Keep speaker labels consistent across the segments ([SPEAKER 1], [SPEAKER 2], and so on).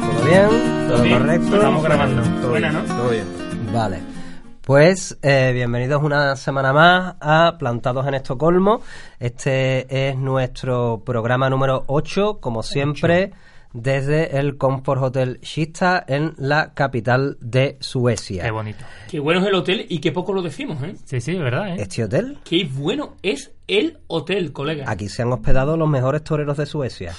[SPEAKER 1] ¿Todo bien? ¿Todo
[SPEAKER 2] bien,
[SPEAKER 1] correcto?
[SPEAKER 2] estamos grabando.
[SPEAKER 1] Todo
[SPEAKER 2] Buena,
[SPEAKER 1] bien,
[SPEAKER 2] ¿no?
[SPEAKER 1] Todo bien. Vale. Pues eh, bienvenidos una semana más a Plantados en Estocolmo. Este es nuestro programa número 8, como siempre, desde el Comfort Hotel Shista en la capital de Suecia.
[SPEAKER 3] Qué bonito.
[SPEAKER 2] Qué bueno es el hotel y qué poco lo decimos, ¿eh?
[SPEAKER 3] Sí, sí, es verdad, ¿eh?
[SPEAKER 1] ¿Este hotel?
[SPEAKER 2] Qué bueno es el hotel, colega.
[SPEAKER 1] Aquí se han hospedado los mejores toreros de Suecia.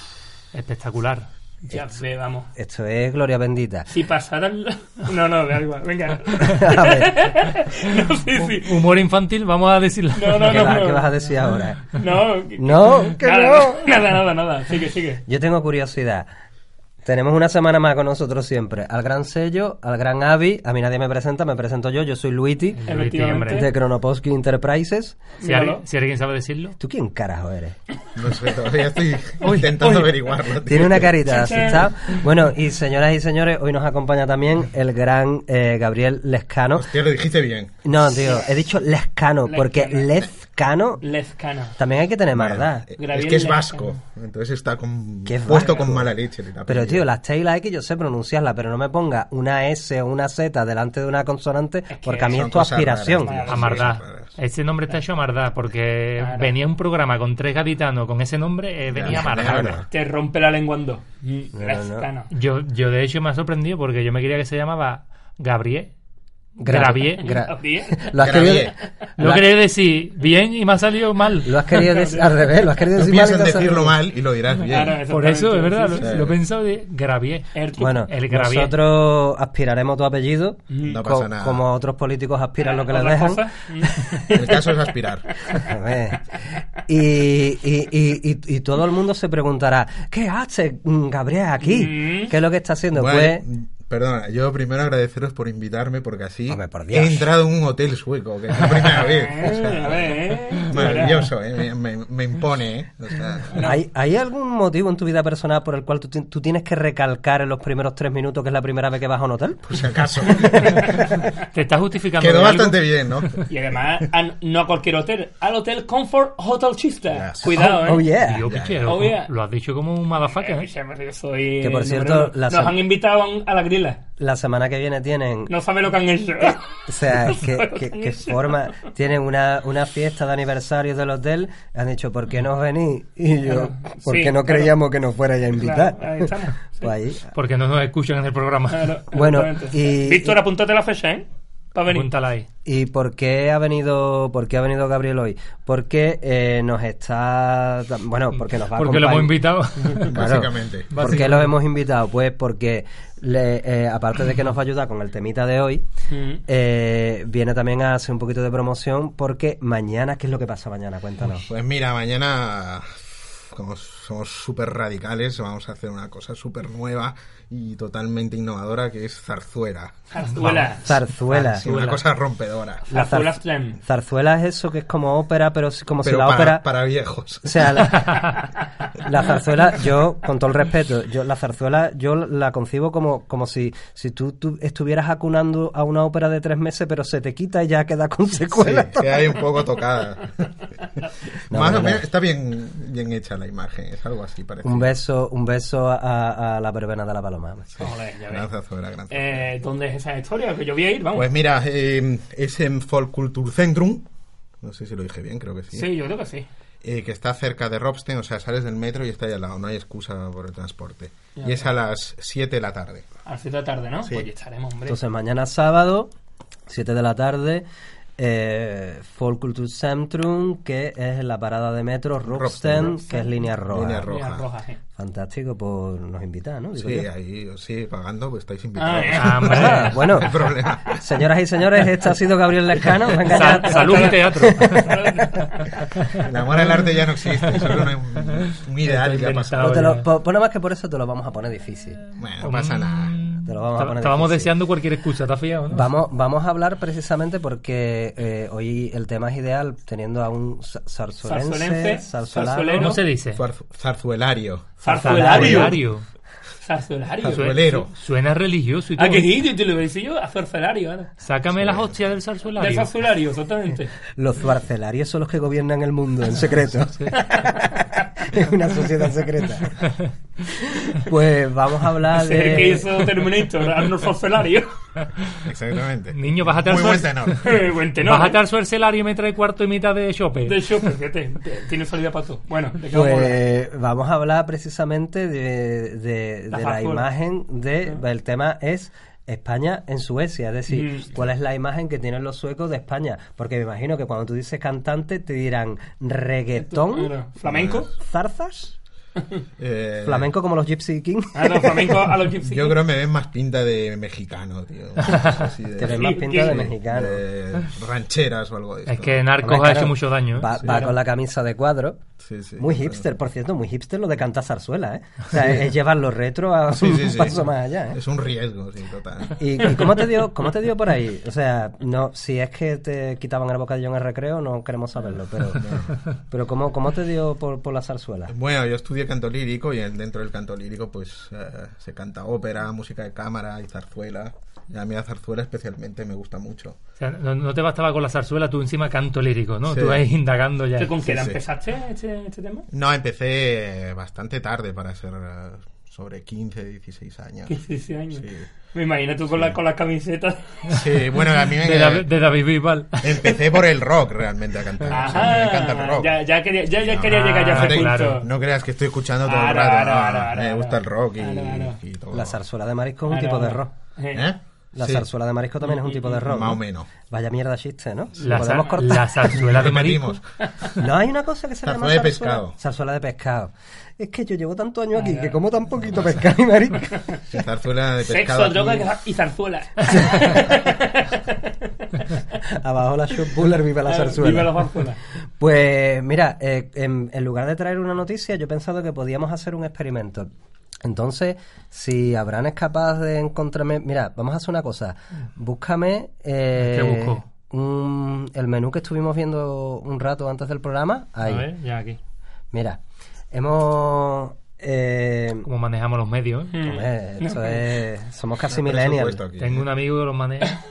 [SPEAKER 3] Espectacular.
[SPEAKER 2] Ya ve, vamos.
[SPEAKER 1] Esto es gloria bendita.
[SPEAKER 2] Si pasaran... la- No, no, da igual, venga.
[SPEAKER 1] A ver,
[SPEAKER 2] No, sí, sí.
[SPEAKER 3] Hu- Humor infantil, vamos a decirlo.
[SPEAKER 2] No, no,
[SPEAKER 1] ¿qué, va-
[SPEAKER 2] no.
[SPEAKER 1] qué vas a decir ahora?
[SPEAKER 2] No, que-
[SPEAKER 1] No, que no.
[SPEAKER 2] nada, nada, nada, nada. Sigue, sigue.
[SPEAKER 1] Yo tengo curiosidad. Tenemos una semana más con nosotros siempre. Al gran sello, al gran Avi. A mí nadie me presenta, me presento yo. Yo soy Luiti,
[SPEAKER 2] Efectivamente.
[SPEAKER 1] de Kronoposki Enterprises.
[SPEAKER 3] Si, alguien-
[SPEAKER 2] Míralo.
[SPEAKER 3] si alguien sabe decirlo.
[SPEAKER 1] ¿Tú quién carajo eres?
[SPEAKER 4] No sé, todavía estoy intentando averiguarlo.
[SPEAKER 1] Tiene una carita de
[SPEAKER 2] Chan, chan.
[SPEAKER 1] asustado. Bueno, y señoras y señores, hoy nos acompaña también el gran eh, Gabriel Lescano.
[SPEAKER 4] Hostia, lo dijiste bien.
[SPEAKER 1] No, tío, he dicho Lescano, porque Lezcano
[SPEAKER 2] Lezcana.
[SPEAKER 1] también hay que tener maldad.
[SPEAKER 4] Eh, Es que es vasco, entonces está con,
[SPEAKER 1] Que es
[SPEAKER 4] puesto
[SPEAKER 1] vasco.
[SPEAKER 4] con mala leche. el
[SPEAKER 1] Pero
[SPEAKER 4] apellido.
[SPEAKER 1] tío, las T y la X yo sé pronunciarlas, pero no me ponga una S o una Z delante de una consonante, porque a mí
[SPEAKER 4] son
[SPEAKER 1] es tu
[SPEAKER 4] cosas
[SPEAKER 1] aspiración.
[SPEAKER 4] raras, tío.
[SPEAKER 3] A
[SPEAKER 4] Sí,
[SPEAKER 3] Mardá.
[SPEAKER 4] raras.
[SPEAKER 3] Ese nombre está hecho a Mardá, porque
[SPEAKER 2] Claro.
[SPEAKER 3] venía un programa con tres gaditanos con ese nombre, eh, venía a
[SPEAKER 4] claro.
[SPEAKER 3] Mardá.
[SPEAKER 2] Te rompe la lengua en dos.
[SPEAKER 1] no.
[SPEAKER 2] Lezcana.
[SPEAKER 3] Yo, yo de hecho me ha sorprendido porque yo me quería que se llamaba Gabriel.
[SPEAKER 1] Gra-
[SPEAKER 3] Gravier.
[SPEAKER 1] gra-
[SPEAKER 2] Gabriel.
[SPEAKER 1] lo has
[SPEAKER 4] Gravier.
[SPEAKER 1] querido,
[SPEAKER 3] Lo quería decir bien y me ha salido mal.
[SPEAKER 1] lo has querido decir al revés, lo has querido
[SPEAKER 4] Tú
[SPEAKER 1] decir mal y
[SPEAKER 4] piensas
[SPEAKER 1] te ha
[SPEAKER 4] decirlo
[SPEAKER 1] salido.
[SPEAKER 4] mal y lo dirás bien.
[SPEAKER 2] Claro,
[SPEAKER 3] Por eso, es verdad,
[SPEAKER 2] Sí, sí,
[SPEAKER 3] lo,
[SPEAKER 4] sí.
[SPEAKER 3] lo he pensado de Gravier.
[SPEAKER 2] sí. El-
[SPEAKER 1] Bueno,
[SPEAKER 3] El Gravier.
[SPEAKER 1] nosotros aspiraremos tu apellido,
[SPEAKER 4] Mm. No
[SPEAKER 1] co-
[SPEAKER 4] pasa nada.
[SPEAKER 1] como otros políticos aspiran lo que les
[SPEAKER 2] Otra
[SPEAKER 1] dejan.
[SPEAKER 2] cosa.
[SPEAKER 4] El este caso es aspirar.
[SPEAKER 1] A ver. Y, y- y- y- y todo el mundo se preguntará, ¿qué hace mm, Gabriel aquí?
[SPEAKER 2] Mm.
[SPEAKER 1] ¿Qué es lo que está haciendo?
[SPEAKER 4] Bueno, mm,
[SPEAKER 1] Pues
[SPEAKER 4] perdona, yo primero agradeceros por invitarme porque así
[SPEAKER 1] Hombre, por Dios.
[SPEAKER 4] he entrado en un hotel sueco, que es la primera vez. O
[SPEAKER 2] Eh, a
[SPEAKER 4] sea,
[SPEAKER 2] ver, eh.
[SPEAKER 4] maravilloso, eh, me, me- me impone. eh. O sea,
[SPEAKER 1] ¿Hay, hay algún motivo en tu vida personal por el cual tú, ti- tú tienes que recalcar en los primeros tres minutos que es la primera vez que vas a un hotel?
[SPEAKER 4] por si acaso.
[SPEAKER 3] Te estás justificando.
[SPEAKER 4] Quedó
[SPEAKER 3] de algo.
[SPEAKER 4] bastante bien, ¿no?
[SPEAKER 2] Y además, a- no a cualquier hotel, al Hotel Comfort Hotel Chista.
[SPEAKER 4] Yes.
[SPEAKER 2] Cuidado, eh.
[SPEAKER 1] Oh, yeah.
[SPEAKER 3] Tío, piche,
[SPEAKER 2] Oh,
[SPEAKER 3] lo,
[SPEAKER 2] yeah.
[SPEAKER 3] lo has dicho como un motherfucker. ¿eh?
[SPEAKER 2] Escúchame, yo soy
[SPEAKER 1] Que, por
[SPEAKER 2] el
[SPEAKER 1] cierto,
[SPEAKER 2] número uno.
[SPEAKER 1] la
[SPEAKER 2] nos
[SPEAKER 1] sal-
[SPEAKER 2] han invitado a un- a la grila.
[SPEAKER 1] La semana que viene tienen...
[SPEAKER 2] No sabe lo que han hecho.
[SPEAKER 1] O sea, que, que- que forma... Tienen una, una fiesta de aniversario del hotel. Han dicho, ¿por qué no os venís? Y yo,
[SPEAKER 2] Claro.
[SPEAKER 1] ¿por
[SPEAKER 2] Sí,
[SPEAKER 1] qué no
[SPEAKER 2] claro.
[SPEAKER 1] creíamos que nos fuerais a invitar?
[SPEAKER 2] Claro, ahí estamos, sí.
[SPEAKER 1] Pues ahí.
[SPEAKER 3] Porque no nos escuchan en el programa.
[SPEAKER 2] Claro,
[SPEAKER 1] Bueno,
[SPEAKER 2] exactamente.
[SPEAKER 1] y-
[SPEAKER 2] Víctor, apúntate la fecha, ¿eh? Para venir.
[SPEAKER 3] Apúntala ahí.
[SPEAKER 1] ¿Y por qué ha venido, por qué ha venido Gabriel hoy? Porque eh, nos está... Bueno, porque nos va a
[SPEAKER 3] Porque lo hemos
[SPEAKER 1] acompañar.
[SPEAKER 3] invitado.
[SPEAKER 1] Claro.
[SPEAKER 4] Básicamente.
[SPEAKER 1] ¿Por qué los hemos invitado? Pues porque, le- eh, aparte de que nos va a ayudar con el temita de hoy,
[SPEAKER 2] Mm.
[SPEAKER 1] eh, viene también a hacer un poquito de promoción porque mañana, ¿qué es lo que pasa mañana? Cuéntanos.
[SPEAKER 4] Pues mira, mañana, como somos súper radicales, vamos a hacer una cosa súper nueva y totalmente innovadora que es zarzuela.
[SPEAKER 2] Zarzuela.
[SPEAKER 1] Zarzuela.
[SPEAKER 4] Sí, una cosa rompedora.
[SPEAKER 1] La zar-
[SPEAKER 2] Zarzuela Slam.
[SPEAKER 1] zarzuela es eso que es como ópera, pero sí- como
[SPEAKER 4] Pero
[SPEAKER 1] si la
[SPEAKER 4] para,
[SPEAKER 1] ópera...
[SPEAKER 4] para viejos.
[SPEAKER 1] O sea, la, la zarzuela, yo, con todo el respeto, yo la zarzuela yo la concibo como, como si, si tú, tú estuvieras acunando a una ópera de tres meses, pero se te quita y ya queda con
[SPEAKER 4] Sí,
[SPEAKER 1] secuela.
[SPEAKER 4] queda ahí un poco tocada.
[SPEAKER 1] No,
[SPEAKER 4] Más
[SPEAKER 1] no, no.
[SPEAKER 4] o menos, está bien, bien hecha la imagen, es algo así parecido.
[SPEAKER 1] Un beso, un beso a, a la verbena de la paloma.
[SPEAKER 2] Joder, ya ves.
[SPEAKER 4] Gran zarzuela, gran zarzuela.
[SPEAKER 2] Eh, ¿Dónde es esa historia? Que yo voy a ir, vamos.
[SPEAKER 4] Pues mira, eh, es en Folkkulturcentrum, no sé si lo dije bien, creo que
[SPEAKER 2] sí, yo creo que sí.
[SPEAKER 4] eh, que está cerca de Robsten, o sea, sales del metro y está ahí al lado, no hay excusa por el transporte.
[SPEAKER 2] Ya,
[SPEAKER 4] y es a las 7 de la tarde.
[SPEAKER 2] A las 7 de la tarde, ¿no?
[SPEAKER 4] Sí.
[SPEAKER 2] Pues ya estaremos, hombre.
[SPEAKER 1] Entonces, mañana sábado, 7 de la tarde, eh, Folkkulturcentrum, que es la parada de metro Ropsten, que es línea roja.
[SPEAKER 4] Línea roja.
[SPEAKER 2] Mira, roja, sí.
[SPEAKER 1] Fantástico por nos invitar, ¿no? Digo
[SPEAKER 4] Sí,
[SPEAKER 1] yo.
[SPEAKER 4] ahí, sí, pagando, pues estáis invitados.
[SPEAKER 2] Ah,
[SPEAKER 3] Ah, hombre.
[SPEAKER 1] Ah, bueno,
[SPEAKER 4] No hay problema.
[SPEAKER 1] señoras y señores, este ha sido Gabriel Lescano. Venga,
[SPEAKER 3] Sa-
[SPEAKER 1] ya.
[SPEAKER 3] salud y teatro.
[SPEAKER 2] ¿eh?
[SPEAKER 4] Ah, El amor al arte ya no existe, solo una- un, un ideal
[SPEAKER 3] Está
[SPEAKER 4] que ha
[SPEAKER 1] No
[SPEAKER 4] pasado.
[SPEAKER 3] inventado.
[SPEAKER 1] te lo- po- po- nada más que por eso te lo vamos a poner difícil.
[SPEAKER 4] Bueno, no pasa nada.
[SPEAKER 1] Te lo vamos a
[SPEAKER 3] Estab-
[SPEAKER 1] poner
[SPEAKER 3] Estábamos
[SPEAKER 1] difícil.
[SPEAKER 3] deseando cualquier excusa, ¿te has fijado? no?
[SPEAKER 1] Vamos, vamos a hablar precisamente porque eh, hoy el tema es ideal teniendo a un sa-
[SPEAKER 2] Zarzuelense,
[SPEAKER 1] zarzuelense, zarzolano.
[SPEAKER 2] zarzolero.
[SPEAKER 3] ¿Cómo se dice?
[SPEAKER 4] Zarzu- Zarzuelario.
[SPEAKER 2] Zarzuelario.
[SPEAKER 3] Zarzuelario.
[SPEAKER 2] Zarzuelario.
[SPEAKER 4] Zarzuelero.
[SPEAKER 3] Suena religioso y todo.
[SPEAKER 2] ¿A qué Ah, sí? Yo Te lo voy a decir yo, a zarzuelario. ahora.
[SPEAKER 3] Sácame las hostias del zarzuelario.
[SPEAKER 2] De zarzuelario, exactamente.
[SPEAKER 1] Los zarcelarios son los que gobiernan el mundo en secreto. es una sociedad secreta. Pues vamos a hablar
[SPEAKER 2] Ese es el
[SPEAKER 1] de...
[SPEAKER 2] que hizo Terminator, Arnold Zarzuelario.
[SPEAKER 4] Exactamente.
[SPEAKER 3] Niño, bájate al
[SPEAKER 4] Muy buen
[SPEAKER 3] suelo.
[SPEAKER 4] tenor.
[SPEAKER 2] Buen tenor. eh.
[SPEAKER 3] Vas a su arcelario y me trae cuarto y mitad eh. de shopping.
[SPEAKER 2] De hecho, pues, fíjate, tiene salida para todo. Bueno, ¿de qué vamos a hablar?
[SPEAKER 1] Pues vamos a hablar precisamente de, de-
[SPEAKER 2] La
[SPEAKER 1] de la
[SPEAKER 2] factura.
[SPEAKER 1] imagen de... El tema es España en Suecia, es decir,
[SPEAKER 2] Mm.
[SPEAKER 1] ¿cuál es la imagen que tienen los suecos de España? Porque me imagino que cuando tú dices cantante te dirán reggaetón,
[SPEAKER 2] Bueno, flamenco.
[SPEAKER 1] zarzas,
[SPEAKER 4] Eh,
[SPEAKER 1] flamenco como los Gypsy King.
[SPEAKER 2] Ah, no, flamenco a los gypsy.
[SPEAKER 4] Yo creo que me ven más pinta de mexicano, tío. Así de-
[SPEAKER 1] Te ves más
[SPEAKER 2] Sí,
[SPEAKER 1] pinta de
[SPEAKER 2] sí.
[SPEAKER 1] mexicano.
[SPEAKER 4] de rancheras o algo de
[SPEAKER 3] Es
[SPEAKER 4] esto.
[SPEAKER 3] que Narcos
[SPEAKER 1] Hombre,
[SPEAKER 3] Pues ha
[SPEAKER 1] claro,
[SPEAKER 3] hecho mucho daño. ¿eh?
[SPEAKER 1] Va, va con la camisa de cuadro.
[SPEAKER 4] Sí, sí.
[SPEAKER 1] muy hipster, por cierto, muy hipster lo de cantar zarzuela, ¿eh? O sea, es llevar los retro a
[SPEAKER 4] Sí, sí,
[SPEAKER 1] un
[SPEAKER 4] sí.
[SPEAKER 1] paso más allá, ¿eh?
[SPEAKER 4] Es un riesgo, sí, total.
[SPEAKER 1] ¿Y, y cómo, te dio, cómo te dio por ahí? O sea, no, si es que te quitaban el bocadillo en el recreo, no queremos saberlo, pero, pero ¿cómo, ¿cómo te dio por, por la zarzuela?
[SPEAKER 4] Bueno, yo estudié canto lírico y en- dentro del canto lírico pues eh, se canta ópera, música de cámara y zarzuela. Y a mí la zarzuela especialmente me gusta mucho.
[SPEAKER 3] O sea, no, no te bastaba con la zarzuela, tú encima canto lírico, ¿no?
[SPEAKER 4] Sí.
[SPEAKER 3] Tú vas indagando ya.
[SPEAKER 2] ¿Tú ¿Con qué edad
[SPEAKER 4] sí.
[SPEAKER 2] empezaste este, este tema?
[SPEAKER 4] No, empecé eh, bastante tarde para ser eh, sobre 15, 16 años.
[SPEAKER 2] 15 años.
[SPEAKER 4] Sí.
[SPEAKER 2] Me imagino tú con, la, con las camisetas.
[SPEAKER 4] Sí, bueno, a mí me...
[SPEAKER 3] De, David- de David Bisbal.
[SPEAKER 4] Empecé por el rock realmente a cantar. O sea, me encanta el rock.
[SPEAKER 2] ya, ya quería, ya, ya
[SPEAKER 4] No,
[SPEAKER 2] quería llegar ya a
[SPEAKER 4] no
[SPEAKER 2] ese
[SPEAKER 4] te-
[SPEAKER 2] punto.
[SPEAKER 3] claro,
[SPEAKER 4] No creas que estoy escuchando todo el
[SPEAKER 2] Ahora,
[SPEAKER 4] rato.
[SPEAKER 2] ahora,
[SPEAKER 4] no,
[SPEAKER 2] ahora,
[SPEAKER 4] me
[SPEAKER 2] ahora,
[SPEAKER 4] gusta el rock y,
[SPEAKER 2] ahora, ahora.
[SPEAKER 4] y todo.
[SPEAKER 1] La zarzuela de marisco es un tipo de rock.
[SPEAKER 4] ¿Eh?
[SPEAKER 1] La
[SPEAKER 4] Sí,
[SPEAKER 1] zarzuela de marisco también es un tipo de rock.
[SPEAKER 4] Más
[SPEAKER 1] ¿no?
[SPEAKER 4] o menos.
[SPEAKER 1] Vaya mierda chiste, ¿no?
[SPEAKER 3] La,
[SPEAKER 1] Podemos
[SPEAKER 3] zar-
[SPEAKER 1] cortar.
[SPEAKER 3] la zarzuela de marisco.
[SPEAKER 4] Repetimos.
[SPEAKER 1] No hay una cosa que se llama
[SPEAKER 4] Zarzuela de pescado.
[SPEAKER 1] Zarzuela de pescado. Es que yo llevo tantos años aquí que como tan poquito pescado y marisco.
[SPEAKER 4] Sí, Zarzuela de pescado.
[SPEAKER 2] Sexo,
[SPEAKER 4] aquí.
[SPEAKER 2] droga y zarzuela.
[SPEAKER 1] Abajo la shopbuller, viva la zarzuela.
[SPEAKER 2] Viva la zarzuela.
[SPEAKER 1] Pues mira, eh, en, en lugar de traer una noticia, yo he pensado que podíamos hacer un experimento. Entonces, si Abraham es capaz de encontrarme... Mira, vamos a hacer una cosa. Búscame... eh,
[SPEAKER 3] ¿Qué busco?
[SPEAKER 1] un- el menú que estuvimos viendo un rato antes del programa.
[SPEAKER 3] A
[SPEAKER 1] Ahí.
[SPEAKER 3] ver, ya aquí.
[SPEAKER 1] Mira, hemos... eh,
[SPEAKER 3] Cómo manejamos los medios. ¿eh?
[SPEAKER 2] Mm.
[SPEAKER 1] hombre, esto es- somos casi
[SPEAKER 4] Por
[SPEAKER 1] millennials.
[SPEAKER 4] supuesto, aquí.
[SPEAKER 3] Tengo un amigo que los maneja.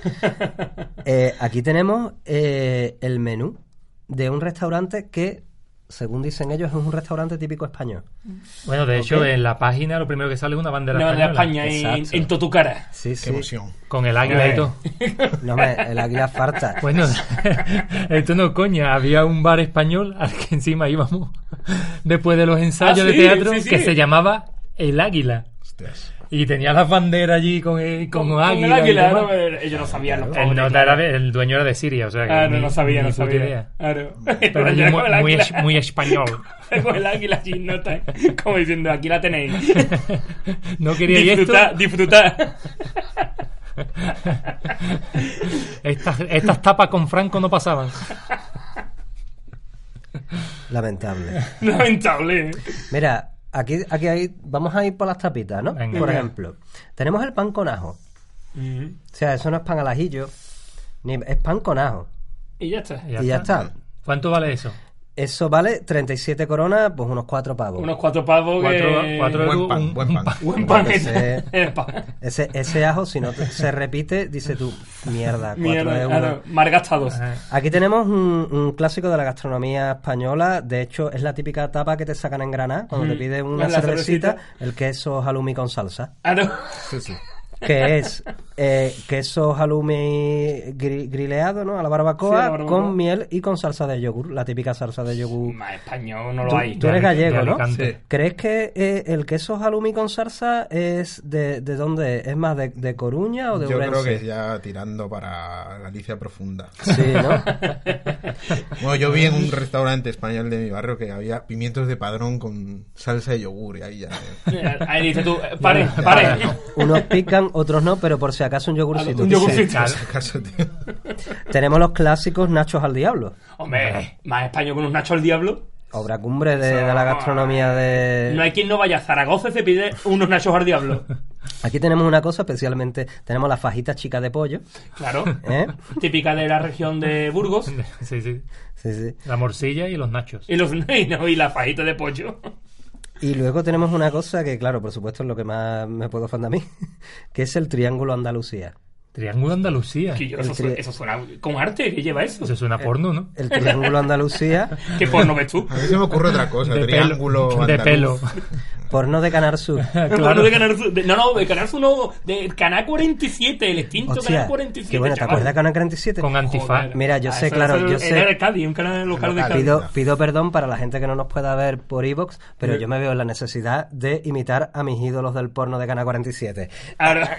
[SPEAKER 1] Eh, aquí tenemos eh, el menú de un restaurante que, según dicen ellos, es un restaurante típico español.
[SPEAKER 3] Bueno, de hecho,
[SPEAKER 1] Ok.
[SPEAKER 3] en la página lo primero que sale es una bandera
[SPEAKER 2] No, de
[SPEAKER 3] española.
[SPEAKER 2] España en,
[SPEAKER 1] Exacto.
[SPEAKER 2] en Totucara.
[SPEAKER 1] Sí,
[SPEAKER 4] Qué
[SPEAKER 1] sí.
[SPEAKER 4] emoción.
[SPEAKER 3] Con el águila
[SPEAKER 2] Eh.
[SPEAKER 3] y todo.
[SPEAKER 1] No, hombre, el águila farta.
[SPEAKER 3] Bueno, esto no es coña. Había un bar español al que encima íbamos después de los ensayos
[SPEAKER 2] Ah,
[SPEAKER 3] de
[SPEAKER 2] sí,
[SPEAKER 3] teatro
[SPEAKER 2] sí, sí.
[SPEAKER 3] que se llamaba El Águila.
[SPEAKER 4] Hostias.
[SPEAKER 3] Y tenía las banderas allí con, el- con, águila.
[SPEAKER 2] el
[SPEAKER 3] y
[SPEAKER 2] águila,
[SPEAKER 3] demás.
[SPEAKER 2] ¿no? Ellos no sabían los
[SPEAKER 3] el,
[SPEAKER 2] pobres,
[SPEAKER 3] nota
[SPEAKER 2] claro.
[SPEAKER 3] era de- el dueño era de Siria, o sea que
[SPEAKER 2] Ah, no,
[SPEAKER 3] ni-
[SPEAKER 2] no sabía,
[SPEAKER 3] ni
[SPEAKER 2] no
[SPEAKER 3] puta
[SPEAKER 2] sabía.
[SPEAKER 3] idea.
[SPEAKER 2] Claro.
[SPEAKER 3] Pero
[SPEAKER 2] Yo con el
[SPEAKER 3] muy, muy
[SPEAKER 2] águila-
[SPEAKER 3] es- muy español.
[SPEAKER 2] con el águila allí, nota. Como diciendo, aquí la tenéis.
[SPEAKER 3] no quería y esto.
[SPEAKER 2] Disfrutad, disfrutad.
[SPEAKER 3] Estas, estas tapas con Franco no pasaban.
[SPEAKER 1] Lamentable.
[SPEAKER 2] Lamentable.
[SPEAKER 1] Mira, aquí, aquí hay, vamos a ir por las tapitas, ¿no?
[SPEAKER 3] Venga.
[SPEAKER 1] Por
[SPEAKER 2] Venga.
[SPEAKER 1] ejemplo, tenemos el pan con ajo. O sea, eso no es pan al ajillo, ni, es pan con ajo.
[SPEAKER 2] Y ya está.
[SPEAKER 3] Ya
[SPEAKER 1] y ya
[SPEAKER 3] está.
[SPEAKER 1] está.
[SPEAKER 3] ¿Cuánto vale eso?
[SPEAKER 1] Eso vale 37 coronas, pues unos 4 pavos.
[SPEAKER 2] Unos cuatro pavos
[SPEAKER 3] Cuatro,
[SPEAKER 2] que...
[SPEAKER 3] cuatro
[SPEAKER 4] Buen
[SPEAKER 3] euros,
[SPEAKER 4] pan,
[SPEAKER 3] un-
[SPEAKER 4] buen
[SPEAKER 3] un
[SPEAKER 4] pan.
[SPEAKER 2] Buen pan.
[SPEAKER 1] Ese-
[SPEAKER 2] El pan.
[SPEAKER 1] Ese, ese ajo, si no te- se repite, dice tú, mierda, 4
[SPEAKER 2] Mierda,
[SPEAKER 1] euros.
[SPEAKER 2] claro, malgastados.
[SPEAKER 3] Ajá.
[SPEAKER 1] Aquí tenemos un, un clásico de la gastronomía española. De hecho, es la típica tapa que te sacan en Granada cuando te piden una
[SPEAKER 2] es Mm. la
[SPEAKER 1] cervecita,
[SPEAKER 2] cervecita.
[SPEAKER 1] el queso halloumi con salsa.
[SPEAKER 2] Ah, no.
[SPEAKER 4] Sí, sí.
[SPEAKER 1] Que es eh, queso halloumi gri- grileado, ¿no? A la barbacoa,
[SPEAKER 2] Sí, a la barbacoa.
[SPEAKER 1] con miel y con salsa de yogur. La típica salsa de yogur.
[SPEAKER 2] Más español no lo
[SPEAKER 1] Tú-
[SPEAKER 2] hay.
[SPEAKER 1] tú eres
[SPEAKER 3] De-
[SPEAKER 1] gallego,
[SPEAKER 3] de
[SPEAKER 1] ¿no?
[SPEAKER 3] Alicante.
[SPEAKER 4] Sí.
[SPEAKER 1] ¿Crees que eh, el queso halloumi con salsa es de, de dónde? ¿Es más de, de Coruña o de
[SPEAKER 4] Yo
[SPEAKER 1] Ourense?
[SPEAKER 4] creo que es ya tirando para Galicia profunda.
[SPEAKER 1] Sí, ¿no?
[SPEAKER 4] Bueno, yo vi en un restaurante español de mi barrio que había pimientos de padrón con salsa de yogur y ahí ya.
[SPEAKER 2] Ahí dices tú, eh, pare,
[SPEAKER 3] Ya, ya,
[SPEAKER 2] pare.
[SPEAKER 3] ya.
[SPEAKER 1] Unos pican, otros no, pero por si acaso un yogurcito.
[SPEAKER 2] Un yogurcito.
[SPEAKER 4] Por si acaso, tío.
[SPEAKER 1] Tenemos los clásicos nachos al diablo.
[SPEAKER 2] Hombre, más español con unos nachos al diablo.
[SPEAKER 1] Obra cumbre de, de la gastronomía de...
[SPEAKER 2] No hay quien no vaya a Zaragoza y se pide unos nachos al diablo.
[SPEAKER 1] Aquí tenemos una cosa especialmente, tenemos la fajita chica de pollo,
[SPEAKER 2] Claro.
[SPEAKER 1] ¿eh?
[SPEAKER 2] Típica de la región de Burgos.
[SPEAKER 3] Sí, sí.
[SPEAKER 1] Sí, sí.
[SPEAKER 3] La morcilla y los nachos.
[SPEAKER 2] Y, los, y, no, y la fajita de pollo.
[SPEAKER 1] Y luego tenemos una cosa que, claro, por supuesto es lo que más me puedo ofender a mí, que es el Triángulo Andalucía.
[SPEAKER 3] Triángulo Andalucía.
[SPEAKER 2] Que yo- eso,
[SPEAKER 1] El
[SPEAKER 2] suena,
[SPEAKER 1] tri-
[SPEAKER 2] eso suena como arte que lleva eso.
[SPEAKER 3] Eso suena a porno, ¿no?
[SPEAKER 1] El Triángulo Andalucía,
[SPEAKER 2] ¿Qué porno ves tú?
[SPEAKER 4] A mí se me ocurre otra cosa,
[SPEAKER 3] De
[SPEAKER 4] triángulo
[SPEAKER 3] pelo. De
[SPEAKER 4] andaluz.
[SPEAKER 3] pelo.
[SPEAKER 1] porno de Canal Sur.
[SPEAKER 2] El
[SPEAKER 3] claro.
[SPEAKER 2] porno de Canal Sur- de- no, no, de Canal Sur no, de Canal 47, el extinto Canal
[SPEAKER 1] Hostia,
[SPEAKER 2] 47.
[SPEAKER 1] que bueno, ¿te
[SPEAKER 2] chaval.
[SPEAKER 1] acuerdas de Canal 47?
[SPEAKER 3] Con antifaz.
[SPEAKER 2] Joder.
[SPEAKER 1] Mira, yo
[SPEAKER 2] Ah,
[SPEAKER 1] sé,
[SPEAKER 2] eso-
[SPEAKER 1] claro,
[SPEAKER 2] eso
[SPEAKER 1] yo
[SPEAKER 2] era
[SPEAKER 1] sé-
[SPEAKER 2] de Cádiz, un canal local de
[SPEAKER 4] Local.
[SPEAKER 2] Cádiz.
[SPEAKER 1] Pido, pido perdón para la gente que no nos pueda ver por Evox, pero
[SPEAKER 2] Eh.
[SPEAKER 1] yo me veo en la necesidad de imitar a mis ídolos del porno de Canal 47.
[SPEAKER 2] Ahora,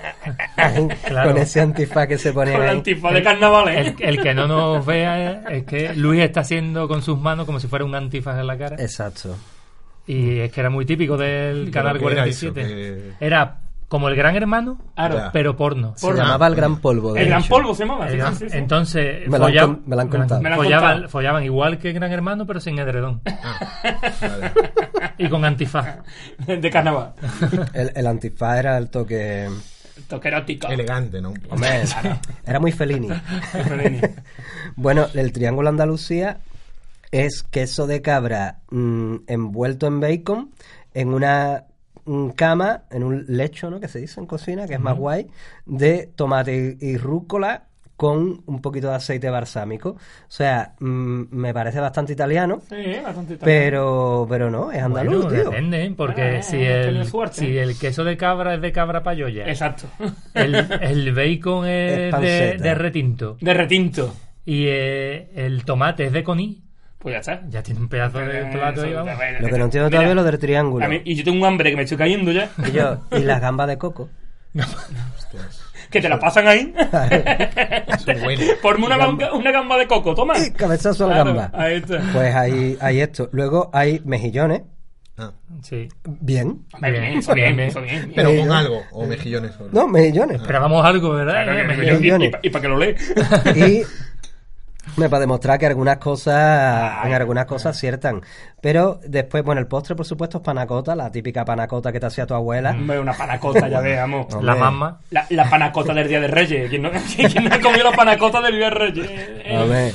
[SPEAKER 3] Claro.
[SPEAKER 1] Con ese antifaz que se pone
[SPEAKER 2] con el
[SPEAKER 1] ahí.
[SPEAKER 2] antifaz de carnaval, ¿eh?
[SPEAKER 3] El, el que no nos vea es que Luis está haciendo con sus manos como si fuera un antifaz en la cara.
[SPEAKER 1] Exacto.
[SPEAKER 3] Y es que era muy típico del Canal
[SPEAKER 4] que era
[SPEAKER 3] 47.
[SPEAKER 4] eso, que-
[SPEAKER 3] Era como el gran hermano,
[SPEAKER 2] Ahora,
[SPEAKER 4] Ya.
[SPEAKER 3] pero porno.
[SPEAKER 1] Se
[SPEAKER 2] Porno.
[SPEAKER 1] llamaba El Gran Polvo. de
[SPEAKER 2] el gran
[SPEAKER 1] hecho.
[SPEAKER 2] polvo se llamaba.
[SPEAKER 3] El
[SPEAKER 2] sí,
[SPEAKER 3] gran-
[SPEAKER 2] sí, sí.
[SPEAKER 3] Entonces,
[SPEAKER 1] Me lo han
[SPEAKER 3] folla-
[SPEAKER 1] con- me lo han contado.
[SPEAKER 2] Me lo han
[SPEAKER 3] follaban,
[SPEAKER 2] contado.
[SPEAKER 3] follaban igual que gran hermano, pero sin edredón.
[SPEAKER 4] Ah, vale.
[SPEAKER 3] y con antifaz.
[SPEAKER 2] de carnaval.
[SPEAKER 1] El, el antifaz era el toque.
[SPEAKER 2] Toque erótico.
[SPEAKER 4] Elegante, ¿no? Un poco.
[SPEAKER 1] Hombre, era muy felini. Bueno, el triángulo Andalucía es queso de cabra mm, envuelto en bacon en una mm, cama, en un lecho, ¿no? Que se dice en cocina, que es más guay, de tomate y, y rúcula con un poquito de aceite balsámico. O sea, mm, me parece bastante italiano,
[SPEAKER 2] Sí, bastante
[SPEAKER 1] pero pero no, es andaluz,
[SPEAKER 3] Bueno,
[SPEAKER 1] tío.
[SPEAKER 3] depende, ¿eh? porque
[SPEAKER 2] Ah,
[SPEAKER 3] si,
[SPEAKER 2] has
[SPEAKER 3] el,
[SPEAKER 2] tenido suerte.
[SPEAKER 3] si el queso de cabra es de cabra payoya,
[SPEAKER 2] Exacto.
[SPEAKER 3] el, el bacon
[SPEAKER 1] Es
[SPEAKER 3] es, de,
[SPEAKER 1] panceta.
[SPEAKER 3] de retinto
[SPEAKER 2] De retinto.
[SPEAKER 3] y eh, el tomate es de coní,
[SPEAKER 2] Pues ya está. Eh,
[SPEAKER 3] ya tiene un pedazo de plato ahí,
[SPEAKER 2] Eso,
[SPEAKER 3] vamos.
[SPEAKER 2] bueno,
[SPEAKER 1] Lo que
[SPEAKER 2] mira,
[SPEAKER 1] no entiendo todavía es lo del triángulo.
[SPEAKER 2] a mí- y yo tengo un hambre que me estoy cayendo ya.
[SPEAKER 1] Y, yo, y las gambas de coco.
[SPEAKER 2] Que te la pasan ahí.
[SPEAKER 4] Eso es bueno.
[SPEAKER 2] Ponme una gamba, una gamba de coco, toma.
[SPEAKER 1] ¡Eh, Cabezazo a la
[SPEAKER 2] Claro,
[SPEAKER 1] gamba.
[SPEAKER 2] Ahí está.
[SPEAKER 1] Pues hay, hay esto. Luego hay mejillones.
[SPEAKER 4] Ah,
[SPEAKER 3] Sí.
[SPEAKER 1] Bien.
[SPEAKER 2] Bien, bien,
[SPEAKER 3] Bien,
[SPEAKER 2] eso bien,
[SPEAKER 3] bien.
[SPEAKER 2] eso bien.
[SPEAKER 4] Pero
[SPEAKER 1] Eh,
[SPEAKER 4] con
[SPEAKER 1] yo-
[SPEAKER 4] algo, o mejillones. solo.
[SPEAKER 1] No, mejillones.
[SPEAKER 3] Esperábamos algo, ¿verdad?
[SPEAKER 2] Claro,
[SPEAKER 3] Eh,
[SPEAKER 2] que-
[SPEAKER 3] me-
[SPEAKER 2] y- y-
[SPEAKER 1] millones.
[SPEAKER 2] y, para que lo lee.
[SPEAKER 1] Y me para demostrar que algunas cosas, en algunas cosas aciertan. Pero después, bueno, el postre, por supuesto, es panacota, la típica panacota que te hacía tu abuela.
[SPEAKER 2] Hombre, una panacota, ya veamos.
[SPEAKER 1] No.
[SPEAKER 3] la
[SPEAKER 1] Hombre.
[SPEAKER 3] mamá.
[SPEAKER 2] La, la panacota del Día de Reyes. ¿Quién no, quién no ha comido la panacota del Día de Reyes? Eh,
[SPEAKER 1] A ver,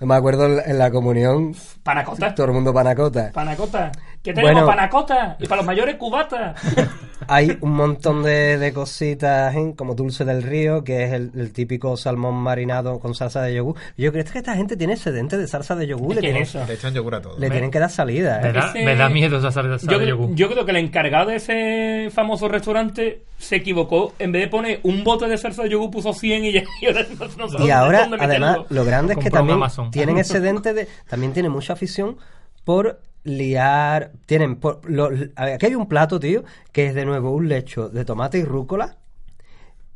[SPEAKER 1] me acuerdo en la- en la comunión,
[SPEAKER 2] Panacota.
[SPEAKER 1] todo el mundo panacota.
[SPEAKER 2] Panacota. ¿Qué tenemos?
[SPEAKER 1] Bueno.
[SPEAKER 2] Panacota. Y para los mayores, cubata.
[SPEAKER 1] Hay un montón de, de cositas, ¿eh? como dulce del río, que es el, el típico salmón marinado con salsa de yogur. Yo creo que esta gente tiene excedente de salsa de yogur, le,
[SPEAKER 2] ¿Qué
[SPEAKER 1] tienen,
[SPEAKER 2] es eso?
[SPEAKER 4] Le echan yogur a todo.
[SPEAKER 1] le tienen que dar salida.
[SPEAKER 3] Me
[SPEAKER 1] ¿eh?
[SPEAKER 3] da,
[SPEAKER 2] Ese-
[SPEAKER 3] me da miedo esa salsa
[SPEAKER 2] Yo,
[SPEAKER 3] de yogur.
[SPEAKER 2] yo creo que el encargado de ese famoso restaurante se equivocó. En vez de poner un bote de salsa de yogur, puso 100 y ya. Y ahora, no sé dónde-
[SPEAKER 1] Y ahora,
[SPEAKER 2] dónde meterlo.
[SPEAKER 1] además, lo grande es que
[SPEAKER 3] Compró un
[SPEAKER 1] también
[SPEAKER 3] Amazon.
[SPEAKER 1] tienen excedente de. También tienen mucha afición por liar. Tienen. Por, lo- a ver, aquí hay un plato, tío, que es de nuevo un lecho de tomate y rúcula.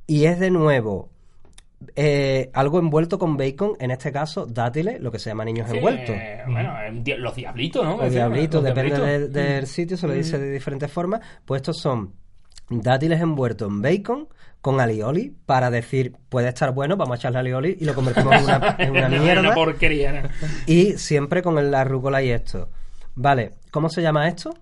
[SPEAKER 1] Y es de nuevo. eh, algo envuelto con bacon, en este caso dátiles, lo que se llama niños
[SPEAKER 2] Sí,
[SPEAKER 1] envueltos.
[SPEAKER 2] eh, bueno, eh, di- los diablitos, ¿no?
[SPEAKER 1] O
[SPEAKER 2] Ese,
[SPEAKER 1] diablitos,
[SPEAKER 2] los
[SPEAKER 1] depende de-
[SPEAKER 2] diablitos. Mm.
[SPEAKER 1] del sitio, se lo dice de diferentes formas. Pues estos son dátiles envueltos en bacon con alioli para decir, puede estar bueno, vamos a echarle alioli y lo convertimos en una, en una mierda.
[SPEAKER 2] una porquería. ¿no?
[SPEAKER 1] Y siempre con el- la rúcula y esto. Vale, ¿cómo se llama esto?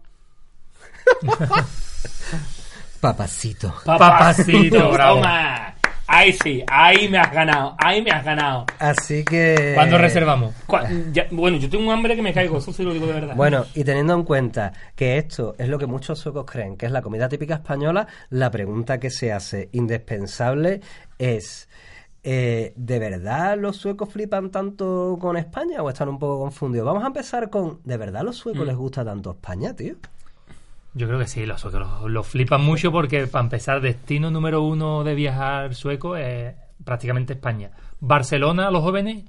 [SPEAKER 1] Papacito.
[SPEAKER 3] Papacito, bravo.
[SPEAKER 2] Toma. Ahí sí, ahí me has ganado, ahí me has ganado.
[SPEAKER 1] Así que...
[SPEAKER 3] ¿Cuándo reservamos?
[SPEAKER 2] Cua- ya- bueno, yo tengo un hambre que me caigo, eso sí lo digo de verdad.
[SPEAKER 1] Bueno, y teniendo en cuenta que esto es lo que muchos suecos creen, que es la comida típica española, la pregunta que se hace indispensable es, eh, ¿de verdad los suecos flipan tanto con España o están un poco confundidos? Vamos a empezar con, ¿de verdad los
[SPEAKER 3] Mm.
[SPEAKER 1] suecos les gusta tanto España, tío?
[SPEAKER 3] Yo creo que sí, los suecos los- los flipan mucho porque, para empezar, destino número uno de viajar sueco es prácticamente España. Barcelona a los jóvenes,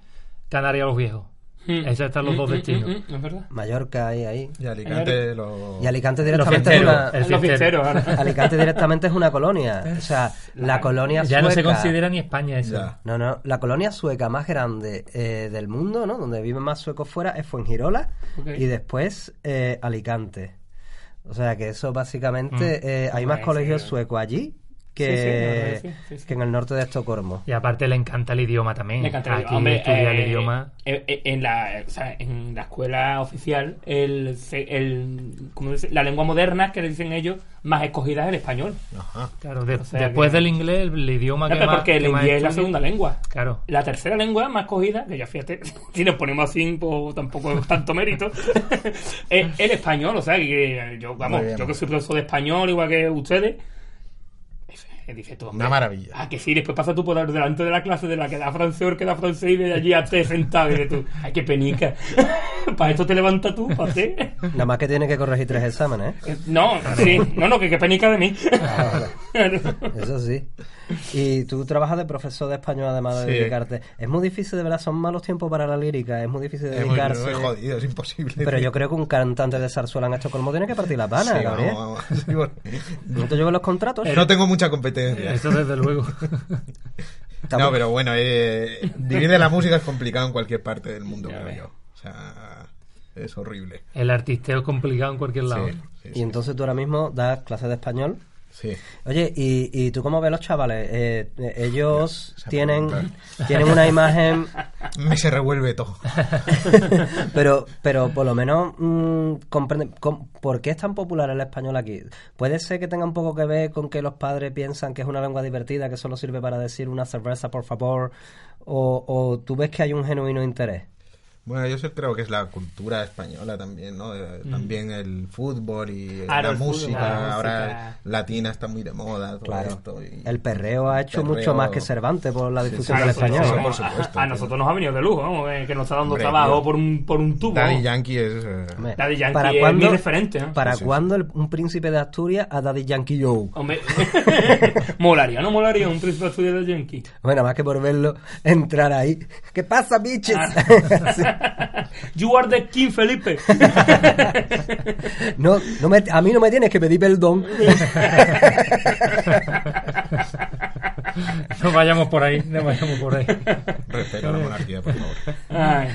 [SPEAKER 3] Canarias a los viejos.
[SPEAKER 2] Mm.
[SPEAKER 3] Esos están los
[SPEAKER 2] Mm,
[SPEAKER 3] dos
[SPEAKER 2] mm,
[SPEAKER 3] destinos.
[SPEAKER 2] mm, mm, es verdad.
[SPEAKER 1] Mallorca ahí, ahí.
[SPEAKER 4] Y Alicante lo...
[SPEAKER 1] Y Alicante
[SPEAKER 3] Los
[SPEAKER 1] directamente es
[SPEAKER 3] fiesteros.
[SPEAKER 1] una...
[SPEAKER 3] el
[SPEAKER 2] Los
[SPEAKER 3] fiestero.
[SPEAKER 2] fiesteros, ahora.
[SPEAKER 1] Alicante directamente es una colonia. O sea, la colonia
[SPEAKER 3] Ya no se
[SPEAKER 1] sueca-
[SPEAKER 3] considera ni España eso.
[SPEAKER 4] Ya.
[SPEAKER 1] No, no, la colonia sueca más grande eh, del mundo, ¿no? Donde viven más suecos fuera es Fuengirola
[SPEAKER 2] Ok.
[SPEAKER 1] y después eh, Alicante. O sea que eso básicamente eh, hay más
[SPEAKER 2] Ah,
[SPEAKER 1] colegios
[SPEAKER 2] sí.
[SPEAKER 1] suecos allí que,
[SPEAKER 2] Sí, sí, la verdad que sí, sí, sí.
[SPEAKER 1] que en el norte de Estocolmo.
[SPEAKER 3] Y aparte le encanta el idioma también.
[SPEAKER 2] Me encanta el
[SPEAKER 3] Mm. Aquí
[SPEAKER 2] idioma. Hombre,
[SPEAKER 3] estudia
[SPEAKER 2] eh,
[SPEAKER 3] el idioma.
[SPEAKER 2] eh, eh, En la, o sea, en la escuela oficial, el, se- el, ¿cómo dice? la lengua moderna, que le dicen ellos, más escogida es el español.
[SPEAKER 4] Ajá.
[SPEAKER 3] Claro, de-
[SPEAKER 2] sea
[SPEAKER 3] después
[SPEAKER 2] que-
[SPEAKER 3] del inglés, el idioma
[SPEAKER 2] No,
[SPEAKER 3] que
[SPEAKER 2] pero
[SPEAKER 3] más.
[SPEAKER 2] porque el
[SPEAKER 3] que más
[SPEAKER 2] inglés es la
[SPEAKER 3] estudia-
[SPEAKER 2] segunda lengua.
[SPEAKER 3] Claro.
[SPEAKER 2] La tercera lengua más cogida, que ya fíjate, si nos ponemos así, pues tampoco es tanto mérito, es el español. O sea, que yo, vamos,
[SPEAKER 4] Muy bien.
[SPEAKER 2] yo que soy profesor de español, igual que ustedes, dice- dice tú, hombre,
[SPEAKER 4] Una maravilla.
[SPEAKER 2] Ah, que sí, después pasa tú por delante de la clase de la que da francés, que da francés, y de allí a te sentado, y de tú, ay, qué penica. Para esto te levantas tú, para qué?
[SPEAKER 1] Nada más que tiene que corregir tres exámenes, ¿eh?
[SPEAKER 2] No, sí, no, no, que qué penica de mí.
[SPEAKER 1] Eso sí. Y tú trabajas de profesor de español además de
[SPEAKER 4] Sí.
[SPEAKER 1] dedicarte. Es muy difícil, de verdad, son malos tiempos para la lírica, es muy difícil
[SPEAKER 4] Es muy,
[SPEAKER 1] dedicarse.
[SPEAKER 4] muy jodido, es imposible.
[SPEAKER 1] Eh, pero
[SPEAKER 4] tío.
[SPEAKER 1] yo creo que un cantante de zarzuela en Estocolmo tiene que partir la pana,
[SPEAKER 4] Sí,
[SPEAKER 1] Gabriel.
[SPEAKER 4] vamos, vamos. Sí, bueno.
[SPEAKER 1] ¿No te llevan los contratos?
[SPEAKER 4] No tengo mucha competencia.
[SPEAKER 3] Eso desde luego.
[SPEAKER 1] eh, Estamos-
[SPEAKER 4] No, pero bueno, eh, vivir de la música es complicado en cualquier parte del mundo,
[SPEAKER 2] Ya
[SPEAKER 4] creo
[SPEAKER 2] ves.
[SPEAKER 4] yo. O sea, es horrible.
[SPEAKER 3] el artisteo es complicado en cualquier lado.
[SPEAKER 4] Sí, sí,
[SPEAKER 1] Y entonces tú ahora mismo das clases de español.
[SPEAKER 4] sí.
[SPEAKER 1] Oye, ¿y, y tú cómo ves los chavales? Eh, eh, ellos
[SPEAKER 4] Esa
[SPEAKER 1] tienen,
[SPEAKER 4] pregunta.
[SPEAKER 1] tienen una imagen,
[SPEAKER 4] Me se revuelve todo.
[SPEAKER 1] pero pero por lo menos mm, comprende com- por qué es tan popular el español aquí. Puede ser que tenga un poco que ver con que los padres piensan que es una lengua divertida, que solo sirve para decir una cerveza, por favor, o, o tú ves que hay un genuino interés.
[SPEAKER 4] Bueno, yo sí creo que es la cultura española también, ¿no? Eh,
[SPEAKER 1] Mm.
[SPEAKER 4] También el fútbol y eh,
[SPEAKER 2] Claro,
[SPEAKER 4] la
[SPEAKER 2] el fútbol,
[SPEAKER 4] música.
[SPEAKER 2] la
[SPEAKER 4] Ahora
[SPEAKER 2] música.
[SPEAKER 4] latina está muy de moda. todo
[SPEAKER 1] Claro.
[SPEAKER 4] esto y-
[SPEAKER 1] El perreo ha hecho
[SPEAKER 4] perreo-
[SPEAKER 1] mucho más que Cervantes por la difusión
[SPEAKER 2] A
[SPEAKER 1] del
[SPEAKER 2] nosotros,
[SPEAKER 1] español.
[SPEAKER 4] por
[SPEAKER 2] vamos,
[SPEAKER 4] supuesto,
[SPEAKER 2] ¿eh? a, a
[SPEAKER 4] tío.
[SPEAKER 2] nosotros nos ha venido de lujo, vamos, eh, que nos está dando
[SPEAKER 4] Hombre,
[SPEAKER 2] trabajo
[SPEAKER 4] tío.
[SPEAKER 2] por un, por un tubo.
[SPEAKER 4] Daddy
[SPEAKER 2] vamos.
[SPEAKER 4] Yankee es... eh,
[SPEAKER 1] Hombre,
[SPEAKER 2] Daddy Yankee es mi referente, ¿eh?
[SPEAKER 1] ¿Para
[SPEAKER 4] Sí, sí,
[SPEAKER 1] cuándo el- un príncipe de Asturias a Daddy Yankee Joe?
[SPEAKER 2] Hombre, molaría, no molaría un príncipe estudio de Yankee.
[SPEAKER 1] Bueno, más que por verlo entrar ahí. ¿Qué pasa, biches? Sí.
[SPEAKER 2] You are the King Felipe.
[SPEAKER 1] No, no me- a mí no me tienes que pedir perdón.
[SPEAKER 3] No vayamos por ahí, no vayamos por ahí.
[SPEAKER 4] Respeta a la monarquía, por favor.
[SPEAKER 2] Ay,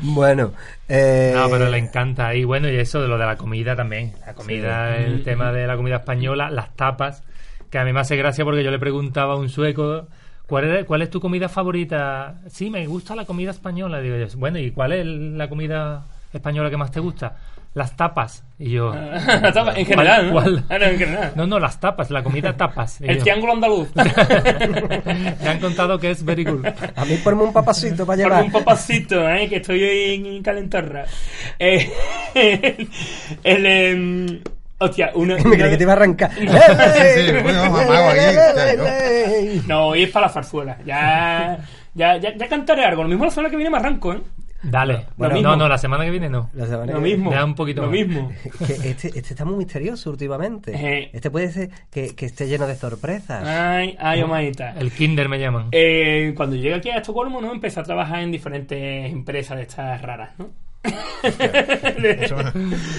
[SPEAKER 1] Bueno, eh,
[SPEAKER 3] No, pero le encanta. Y bueno, y eso de lo de la comida también. La comida, el tema de la comida española, las tapas, que a mí me hace gracia porque yo le preguntaba a un sueco, ¿cuál, era- cuál es tu comida favorita? Sí, me gusta la comida española. Digo yo, bueno, ¿y cuál es la comida española que más te gusta? Las tapas. Y yo,
[SPEAKER 2] en general, ¿no?
[SPEAKER 3] ¿Cuál?
[SPEAKER 2] Ah, no, en general.
[SPEAKER 3] no, no, las tapas, la comida tapas. Y
[SPEAKER 2] El
[SPEAKER 3] yo,
[SPEAKER 2] triángulo andaluz.
[SPEAKER 3] me han contado que es very good.
[SPEAKER 1] a mí ponme un papacito para
[SPEAKER 2] Ponme
[SPEAKER 1] llevar.
[SPEAKER 2] un papacito, ¿eh? que estoy en, en calentorra. Eh, el, em, hostia, una.
[SPEAKER 1] Me
[SPEAKER 2] una-
[SPEAKER 1] creí que te iba a arrancar.
[SPEAKER 4] sí, bueno, vamos, vamos, ahí,
[SPEAKER 1] Ey.
[SPEAKER 2] No, hoy es para la zarzuela. Ya, ya, ya, ya cantaré algo. Lo mismo la semana que viene me arranco, ¿eh?
[SPEAKER 3] Dale.
[SPEAKER 2] Bueno,
[SPEAKER 3] no,
[SPEAKER 2] mismo.
[SPEAKER 3] no, la semana que viene no.
[SPEAKER 1] La semana
[SPEAKER 2] Lo
[SPEAKER 1] que-
[SPEAKER 2] mismo.
[SPEAKER 3] da un poquito
[SPEAKER 2] Lo
[SPEAKER 3] más.
[SPEAKER 2] mismo.
[SPEAKER 1] Que este, este está muy misterioso últimamente.
[SPEAKER 2] Eh. Ah,
[SPEAKER 1] Este puede ser que, que esté lleno de sorpresas.
[SPEAKER 2] Ay, ay, omadita.
[SPEAKER 3] El Kinder me llaman.
[SPEAKER 2] Eh, cuando llegué aquí a Estocolmo, ¿no? Empecé a trabajar en diferentes empresas de estas raras, ¿no?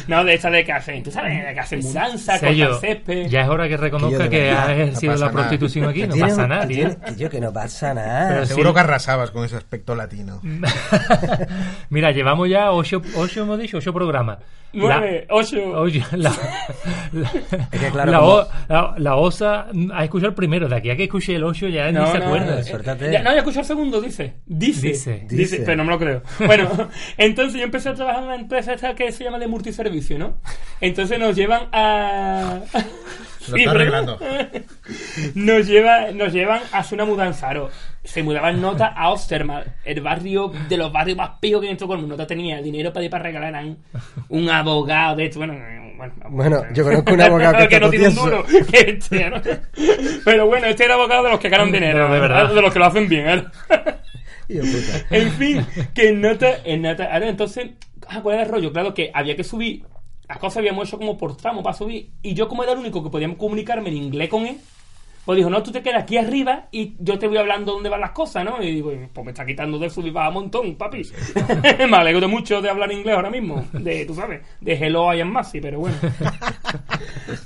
[SPEAKER 2] no, de estas de que hacen, tú sabes, de que hacen mudanza,
[SPEAKER 3] Sello,
[SPEAKER 2] cortan césped.
[SPEAKER 3] ya es hora que
[SPEAKER 1] Que
[SPEAKER 3] reconozca
[SPEAKER 1] yo de
[SPEAKER 3] que
[SPEAKER 1] verdad,
[SPEAKER 3] ha
[SPEAKER 1] no
[SPEAKER 3] ejercido
[SPEAKER 4] pasa
[SPEAKER 3] la
[SPEAKER 4] nada.
[SPEAKER 3] prostitución aquí, no
[SPEAKER 1] Tiene
[SPEAKER 3] pasa
[SPEAKER 1] un-
[SPEAKER 3] nada,
[SPEAKER 1] que
[SPEAKER 3] tío.
[SPEAKER 1] tiene- que yo que no pasa nada.
[SPEAKER 3] Pero
[SPEAKER 4] Seguro
[SPEAKER 3] sí.
[SPEAKER 4] que arrasabas con ese aspecto latino.
[SPEAKER 2] Mm.
[SPEAKER 3] Mira, llevamos ya ocho, ocho hemos dicho, ocho programas.
[SPEAKER 2] Nueve, ocho.
[SPEAKER 3] La, oye, la, la,
[SPEAKER 1] que claro,
[SPEAKER 3] la
[SPEAKER 1] como-
[SPEAKER 3] o- la- la osa ha escuchado el primero, de aquí a que escuche el ocho ya ni se acuerda.
[SPEAKER 1] no, suéltate.
[SPEAKER 2] eh, ya, no, ya escuchó el segundo, dice. Dice,
[SPEAKER 3] Dice.
[SPEAKER 2] dice.
[SPEAKER 1] Dice.
[SPEAKER 2] pero no me lo creo. Bueno, entonces yo empecé a trabajar en una empresa esta que se llama de multiservicio, ¿no? Entonces nos llevan a...
[SPEAKER 4] Lo está arreglando.
[SPEAKER 2] Nos, lleva, nos llevan a hacer una mudanza. Claro, se mudaban nota a Ostermal, el barrio de los barrios más píos que en Estocolmo. Nota tenía dinero para ir para regalar a un, un abogado de esto. Bueno, eh, bueno,
[SPEAKER 1] Bueno, yo conozco un abogado que está todo
[SPEAKER 2] no tiene un
[SPEAKER 1] tieso.
[SPEAKER 2] duro. Este, ¿no? Pero bueno, este era abogado de los que ganan dinero,
[SPEAKER 3] No, de verdad.
[SPEAKER 2] de los que lo hacen bien. ¿eh?
[SPEAKER 1] Hijo de puta.
[SPEAKER 2] En fin, que eh, en nota, en nota. Ahora, entonces, ah, ¿cuál era el rollo? Claro que había que subir. Las cosas habíamos hecho como por tramo para subir. Y yo, como era el único que podía comunicarme en inglés con él, pues dijo, no, tú te quedas aquí arriba y yo te voy hablando dónde van las cosas, ¿no? Y digo, pues me está quitando de subir para un montón, papi. me alegro de mucho de hablar inglés ahora mismo. De, tú sabes, de hello I am Massey, pero bueno.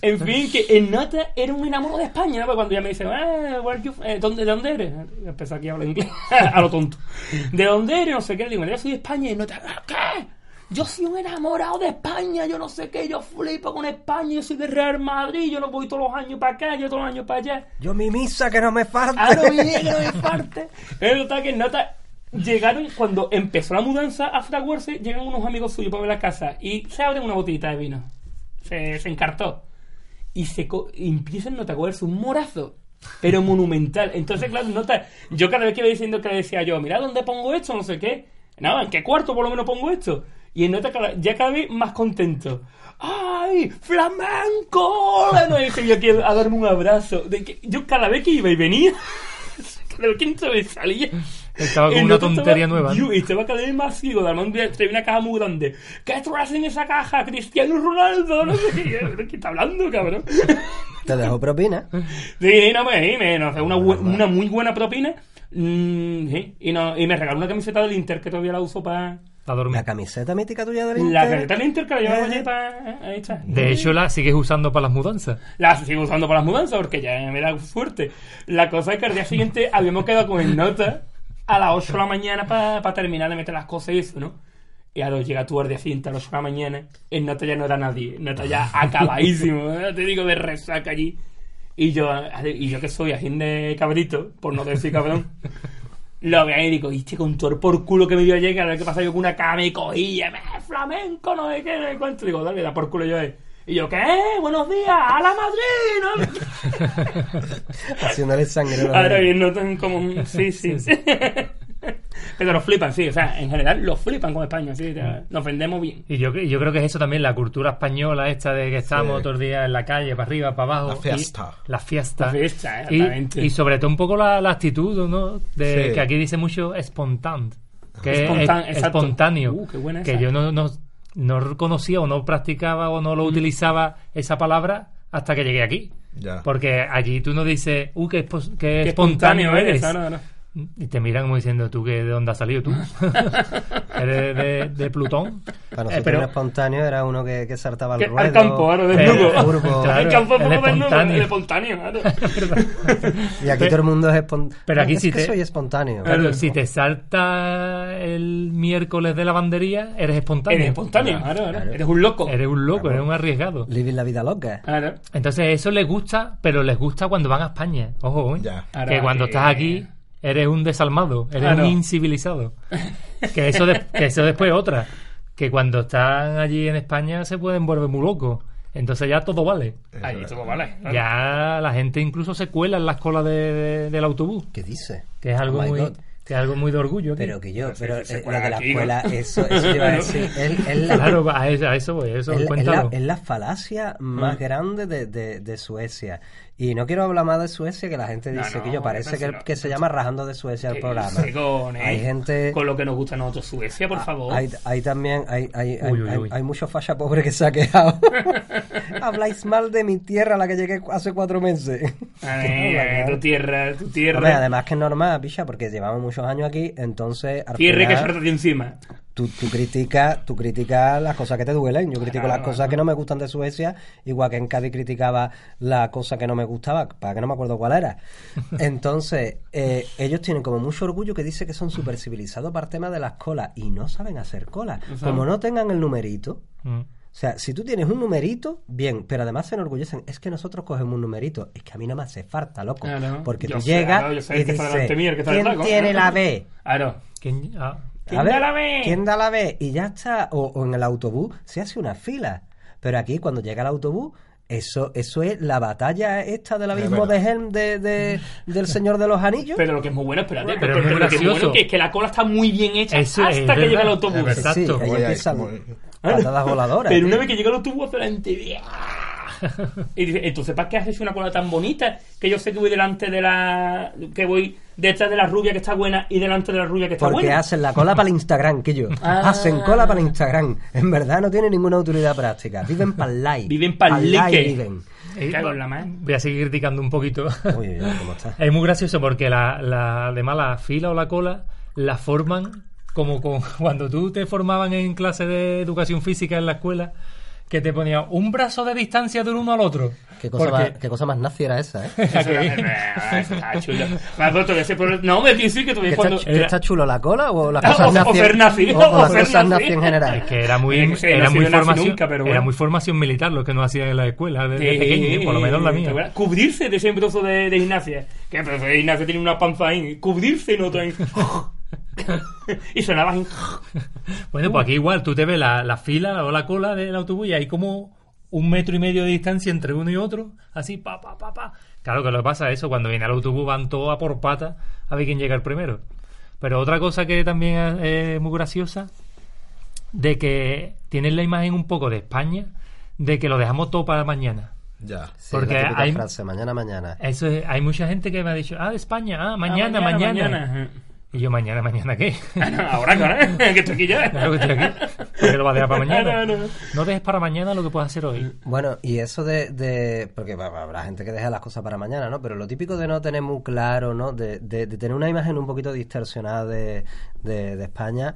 [SPEAKER 2] En fin, que en nota era un enamorado de España, ¿no? Porque cuando ya me dice, ah, where you- eh, ¿dónde, ¿de dónde eres? Empecé aquí a hablar inglés, a lo tonto. ¿De dónde eres? No sé "¿Ah, qué. Le digo, yo soy de España. Y en nota, ¿qué? Yo soy un enamorado de España, yo no sé qué, yo flipo con España, yo soy de Real Madrid, yo no voy todos los años para acá, yo todos los años para allá.
[SPEAKER 1] Yo mi misa que no me falta.
[SPEAKER 2] Ah, no me llega de parte. El total que nota. Llegaron, cuando empezó la mudanza a Fragüerce, llegan unos amigos suyos para ver la casa y se abren una botellita de vino. Se, se encartó. Y se co- y empiezan nota a cogerse un morazo. Pero monumental. Entonces, claro, nota. Yo cada vez que iba diciendo que le decía yo, mira dónde pongo esto, no sé qué. Nada, ¿en qué cuarto por lo menos pongo esto? Y en nota cada- ya cada vez más contento. ¡Ay! ¡Flamenco! Bueno, y se yo aquí a darme un abrazo. De que, yo cada vez que iba y venía. Cada vez que entraba y salía.
[SPEAKER 3] Estaba con
[SPEAKER 2] el
[SPEAKER 3] una
[SPEAKER 2] otro estaba-
[SPEAKER 3] tontería nueva. ¿no?
[SPEAKER 2] Yo, y estaba cada vez más ciego. De repente un día traía una caja muy grande. ¿Qué traes en esa caja? Cristiano Ronaldo. No sé qué. ¿De qué está hablando, cabrón?
[SPEAKER 1] Te dejo propina.
[SPEAKER 2] Sí, no me, y me- no sé, una, bu- una muy buena propina. Mm, sí, y, no, y me regaló una camiseta del Inter que todavía la uso para.
[SPEAKER 3] A dormir.
[SPEAKER 1] La camiseta mítica tuya del
[SPEAKER 2] La
[SPEAKER 1] Inter.
[SPEAKER 2] camiseta del Inter que la llevaba allí para. Ahí está.
[SPEAKER 3] De hecho, la sigues usando para las mudanzas.
[SPEAKER 2] La sigo usando para las mudanzas porque ya me da suerte. La cosa es que al día siguiente habíamos quedado con el nota a las 8 de la mañana para terminar de meter las cosas y eso, ¿no? Y ahora llega tú al día siguiente a las 8 de la mañana, el nota ya no era nadie, el nota ya acabadísimo, ¿eh? te digo, de resaca allí. Y yo, y yo que soy ajín de cabrito, por no decir cabrón, lo veo ahí y digo, y este contor por culo que me dio ayer, que a ver qué pasa yo con una cama y cogía, me flamenco, no sé qué, no sé cuánto. Digo, dale, da por culo yo eh. Y yo, ¿qué? Buenos días, a la Madrid, ¿no?
[SPEAKER 1] Haciéndole sangre. a la
[SPEAKER 2] Ahora
[SPEAKER 1] nariz.
[SPEAKER 2] bien, no tan como. un- Sí, sí. Pero los flipan, sí. O sea, en general los flipan con España, sí. te- Nos vendemos bien.
[SPEAKER 3] Y yo, cre- yo creo que es eso también, la cultura española esta de que estamos
[SPEAKER 4] Sí.
[SPEAKER 3] todos los días en la calle, para arriba, para abajo.
[SPEAKER 4] La fiesta.
[SPEAKER 3] y- La fiesta.
[SPEAKER 2] La fiesta,
[SPEAKER 3] Y-
[SPEAKER 2] exactamente.
[SPEAKER 3] y, sobre todo un poco la, la actitud, ¿no? De,
[SPEAKER 4] Sí.
[SPEAKER 3] Que aquí dice mucho espontán. Que
[SPEAKER 2] Espontán-
[SPEAKER 3] es,
[SPEAKER 2] exacto.
[SPEAKER 3] espontáneo.
[SPEAKER 2] Uh, qué buena
[SPEAKER 3] que
[SPEAKER 2] esa.
[SPEAKER 3] yo no, no, no conocía o no practicaba o
[SPEAKER 2] Mm.
[SPEAKER 3] no lo utilizaba esa palabra hasta que llegué aquí.
[SPEAKER 4] Ya.
[SPEAKER 3] Porque allí tú no dices, uh, qué, espos- qué
[SPEAKER 2] Qué
[SPEAKER 3] espontáneo, eres.
[SPEAKER 2] No, no, no.
[SPEAKER 3] Y te miran como diciendo, ¿tú qué, de dónde has salido tú? ¿Eres de, de Plutón?
[SPEAKER 1] Para
[SPEAKER 3] Eh,
[SPEAKER 1] nosotros
[SPEAKER 3] pero-
[SPEAKER 1] un espontáneo era uno que, que saltaba al
[SPEAKER 2] Que-
[SPEAKER 1] ruedo.
[SPEAKER 2] al campo, ahora desnudo.
[SPEAKER 1] el turbo.
[SPEAKER 3] Claro,
[SPEAKER 2] el campo es
[SPEAKER 3] el
[SPEAKER 2] poco desnudo,
[SPEAKER 3] espontáneo.
[SPEAKER 2] el espontáneo, claro.
[SPEAKER 1] Y aquí todo el mundo es espontáneo.
[SPEAKER 3] pero aquí
[SPEAKER 1] es
[SPEAKER 3] sí
[SPEAKER 1] que
[SPEAKER 3] te-
[SPEAKER 1] soy espontáneo.
[SPEAKER 3] Claro, si te salta el miércoles de lavandería, eres espontáneo.
[SPEAKER 2] Eres espontáneo, claro, claro. Eres un loco.
[SPEAKER 3] Eres un loco, eres un arriesgado.
[SPEAKER 1] Living la vida loca.
[SPEAKER 2] Claro.
[SPEAKER 3] Entonces eso les gusta, pero les gusta cuando van a España. Ojo, ¿eh?
[SPEAKER 4] Ya.
[SPEAKER 2] Ahora,
[SPEAKER 3] que cuando
[SPEAKER 2] eh,
[SPEAKER 3] estás aquí eres un desalmado, eres
[SPEAKER 2] Claro.
[SPEAKER 3] un incivilizado. Que eso, de- que eso después otra. Que cuando están allí en España se pueden volver muy locos. Entonces ya todo vale.
[SPEAKER 4] Eso
[SPEAKER 2] Ahí
[SPEAKER 4] es.
[SPEAKER 2] todo vale. claro.
[SPEAKER 3] Ya la gente incluso se cuela en las colas de- de- del autobús,
[SPEAKER 1] ¿Qué dice?
[SPEAKER 3] que es algo
[SPEAKER 1] Oh my
[SPEAKER 3] muy
[SPEAKER 1] God.
[SPEAKER 3] que es algo muy de orgullo. aquí.
[SPEAKER 1] Pero que yo,
[SPEAKER 2] se-
[SPEAKER 1] pero
[SPEAKER 2] se
[SPEAKER 1] eh,
[SPEAKER 2] cuela
[SPEAKER 1] lo de la
[SPEAKER 2] aquí, ¿no?
[SPEAKER 1] escuela, eso, eso yo iba a
[SPEAKER 2] Claro.
[SPEAKER 1] decir. Es- es la-
[SPEAKER 3] Claro, a eso, a eso voy, eso
[SPEAKER 1] Es la- es la,
[SPEAKER 3] cuéntalo.
[SPEAKER 1] es la falacia
[SPEAKER 2] Mm.
[SPEAKER 1] más grande de, de- de Suecia. Y no quiero hablar más de Suecia, que la gente
[SPEAKER 2] No,
[SPEAKER 1] dice
[SPEAKER 2] no,
[SPEAKER 1] que yo parece que,
[SPEAKER 2] no.
[SPEAKER 1] que se llama Rajando de Suecia el
[SPEAKER 2] Eh,
[SPEAKER 1] programa.
[SPEAKER 2] según, eh,
[SPEAKER 1] Hay gente... Ah,
[SPEAKER 2] Con lo que nos gusta a nosotros, Suecia, por favor. Eh,
[SPEAKER 1] Hay, hay también, hay, hay, hay,
[SPEAKER 3] Uy, uy,
[SPEAKER 1] hay-
[SPEAKER 3] uy.
[SPEAKER 1] hay mucho falla pobre que se ha quejado. Habláis mal de mi tierra, a la que llegué hace cuatro meses.
[SPEAKER 2] A ver, a ver, Ah, eh, tu tierra, tu tierra.
[SPEAKER 1] Hombre, además que es normal, picha, porque llevamos muchos años aquí, entonces al
[SPEAKER 2] tierra que se
[SPEAKER 1] final,
[SPEAKER 2] rota de encima.
[SPEAKER 1] tú, tú criticas tú criticas las cosas que te duelen. Yo critico las cosas que no me gustan de Suecia, igual que en Cádiz criticaba la cosa que no me gustaba, para que no me acuerdo cuál era. Entonces, eh, ellos tienen como mucho orgullo que dice que son súper civilizados para el tema de las colas y no saben hacer colas. Como no tengan el numerito.
[SPEAKER 3] Mm.
[SPEAKER 1] O sea, si tú tienes un numerito, bien, pero además se enorgullecen. Es que nosotros cogemos un numerito. Es que a mí no me hace falta, loco.
[SPEAKER 2] Claro.
[SPEAKER 1] Porque
[SPEAKER 2] Yo
[SPEAKER 1] tú
[SPEAKER 2] sé,
[SPEAKER 1] llegas
[SPEAKER 2] claro, yo sé
[SPEAKER 1] y
[SPEAKER 2] que está
[SPEAKER 1] dices,
[SPEAKER 2] delante mío, el que está
[SPEAKER 1] ¿quién
[SPEAKER 2] detrás, ¿no?
[SPEAKER 1] tiene la B?
[SPEAKER 2] Claro.
[SPEAKER 3] ¿Quién- ah,
[SPEAKER 2] ¿Quién da la B?
[SPEAKER 1] ¿Quién da la B? Y ya está. O, o en el autobús se hace una fila. Pero aquí, cuando llega el autobús, eso, eso es la batalla esta del abismo de
[SPEAKER 4] verdad.
[SPEAKER 1] Helm de, de- del Señor de los Anillos.
[SPEAKER 2] Pero lo que es muy bueno, espérate,
[SPEAKER 3] Pero
[SPEAKER 2] pero,
[SPEAKER 3] es muy
[SPEAKER 2] lo que es muy
[SPEAKER 3] gracioso.
[SPEAKER 2] bueno que es que la cola está muy bien hecha
[SPEAKER 3] Eso es
[SPEAKER 2] hasta que
[SPEAKER 3] verdad.
[SPEAKER 2] llega el
[SPEAKER 3] Es
[SPEAKER 2] autobús.
[SPEAKER 1] Pues
[SPEAKER 3] verdad.
[SPEAKER 1] Sí,
[SPEAKER 3] exacto.
[SPEAKER 1] ellos
[SPEAKER 4] Voy a-
[SPEAKER 1] empiezan
[SPEAKER 4] voy-
[SPEAKER 1] patadas voladoras.
[SPEAKER 2] Pero una
[SPEAKER 1] tío.
[SPEAKER 2] vez que llega el autobús hace delante de- Y dice, entonces, ¿para qué has hecho una cola tan bonita? Que yo sé que voy delante de la... Que voy detrás de la rubia que está buena y delante de la rubia que está
[SPEAKER 1] Porque
[SPEAKER 2] buena.
[SPEAKER 1] hacen la cola para el Instagram, que yo.
[SPEAKER 2] Ah.
[SPEAKER 1] Hacen cola para el Instagram. En verdad no tienen ninguna autoridad práctica. Viven para el like.
[SPEAKER 2] Viven pa'l
[SPEAKER 1] Pa'l like
[SPEAKER 2] like.
[SPEAKER 1] viven.
[SPEAKER 3] eh,
[SPEAKER 2] Cago en la mano.
[SPEAKER 3] voy a seguir criticando un poquito.
[SPEAKER 1] Uy, uy, uy, ¿cómo está?
[SPEAKER 3] Es muy gracioso porque la, la, además la fila o la cola la forman como con- cuando tú te formaban en clase de educación física en la escuela, que te ponía un brazo de distancia de uno al otro.
[SPEAKER 1] Qué cosa,
[SPEAKER 3] Porque-
[SPEAKER 1] más, qué cosa más nazi era esa, ¿eh?
[SPEAKER 2] Eso era- Está "Ah, chulo. Me acuerdo que ese problema- No, me quiero decir que
[SPEAKER 1] ¿Que
[SPEAKER 2] todavía
[SPEAKER 1] está,
[SPEAKER 2] cuando.
[SPEAKER 1] ch- que está chulo la cola o las
[SPEAKER 2] Ah,
[SPEAKER 1] cosas
[SPEAKER 2] o-
[SPEAKER 1] nazi?
[SPEAKER 2] o ser nazi,
[SPEAKER 1] o- o las
[SPEAKER 2] o ser
[SPEAKER 1] cosas
[SPEAKER 2] nazi.
[SPEAKER 1] nazi en general.
[SPEAKER 3] Es que era muy,
[SPEAKER 2] Es que no
[SPEAKER 3] era
[SPEAKER 2] ha sido
[SPEAKER 3] muy
[SPEAKER 2] nazi
[SPEAKER 3] formación,
[SPEAKER 2] nunca, pero bueno.
[SPEAKER 3] era muy formación militar lo que nos hacían en la escuela desde
[SPEAKER 2] Sí,
[SPEAKER 3] pequeño, ¿eh? por lo menos la
[SPEAKER 2] ¿te
[SPEAKER 3] mía.
[SPEAKER 2] acuerdas? Cubrirse de ese trozo de, de gimnasia. Que el profesor de gimnasia tiene una panza ahí. Cubrirse y no traen. y sonaba así.
[SPEAKER 3] Bueno, pues aquí igual tú te ves la, la fila o la cola del autobús y hay como un metro y medio de distancia entre uno y otro, así pa pa pa pa. Claro que lo que pasa es eso, cuando viene el autobús van todos a por pata a ver quién llega el primero. Pero otra cosa que también es eh, muy graciosa, de que tienes la imagen un poco de España, de que lo dejamos todo para mañana.
[SPEAKER 4] Ya.
[SPEAKER 1] Sí,
[SPEAKER 3] Porque
[SPEAKER 1] la típica
[SPEAKER 3] hay-
[SPEAKER 1] frase, mañana, mañana.
[SPEAKER 3] Eso es- hay mucha gente que me ha dicho, ah, España, ah, mañana,
[SPEAKER 2] Ah,
[SPEAKER 3] mañana. Y yo, mañana, mañana, ¿qué?
[SPEAKER 2] mañana. Ah, no, ahora, ahora, que estoy aquí ya.
[SPEAKER 3] Claro que estoy aquí. ¿Por qué lo vas a dejar para mañana?
[SPEAKER 2] No, no.
[SPEAKER 3] No dejes para mañana lo que puedes hacer hoy.
[SPEAKER 1] Bueno, y eso de, de- porque va- va- habrá gente que deja las cosas para mañana, ¿no? Pero lo típico de no tener muy claro, ¿no? De, de- de tener una imagen un poquito distorsionada de, de- de España.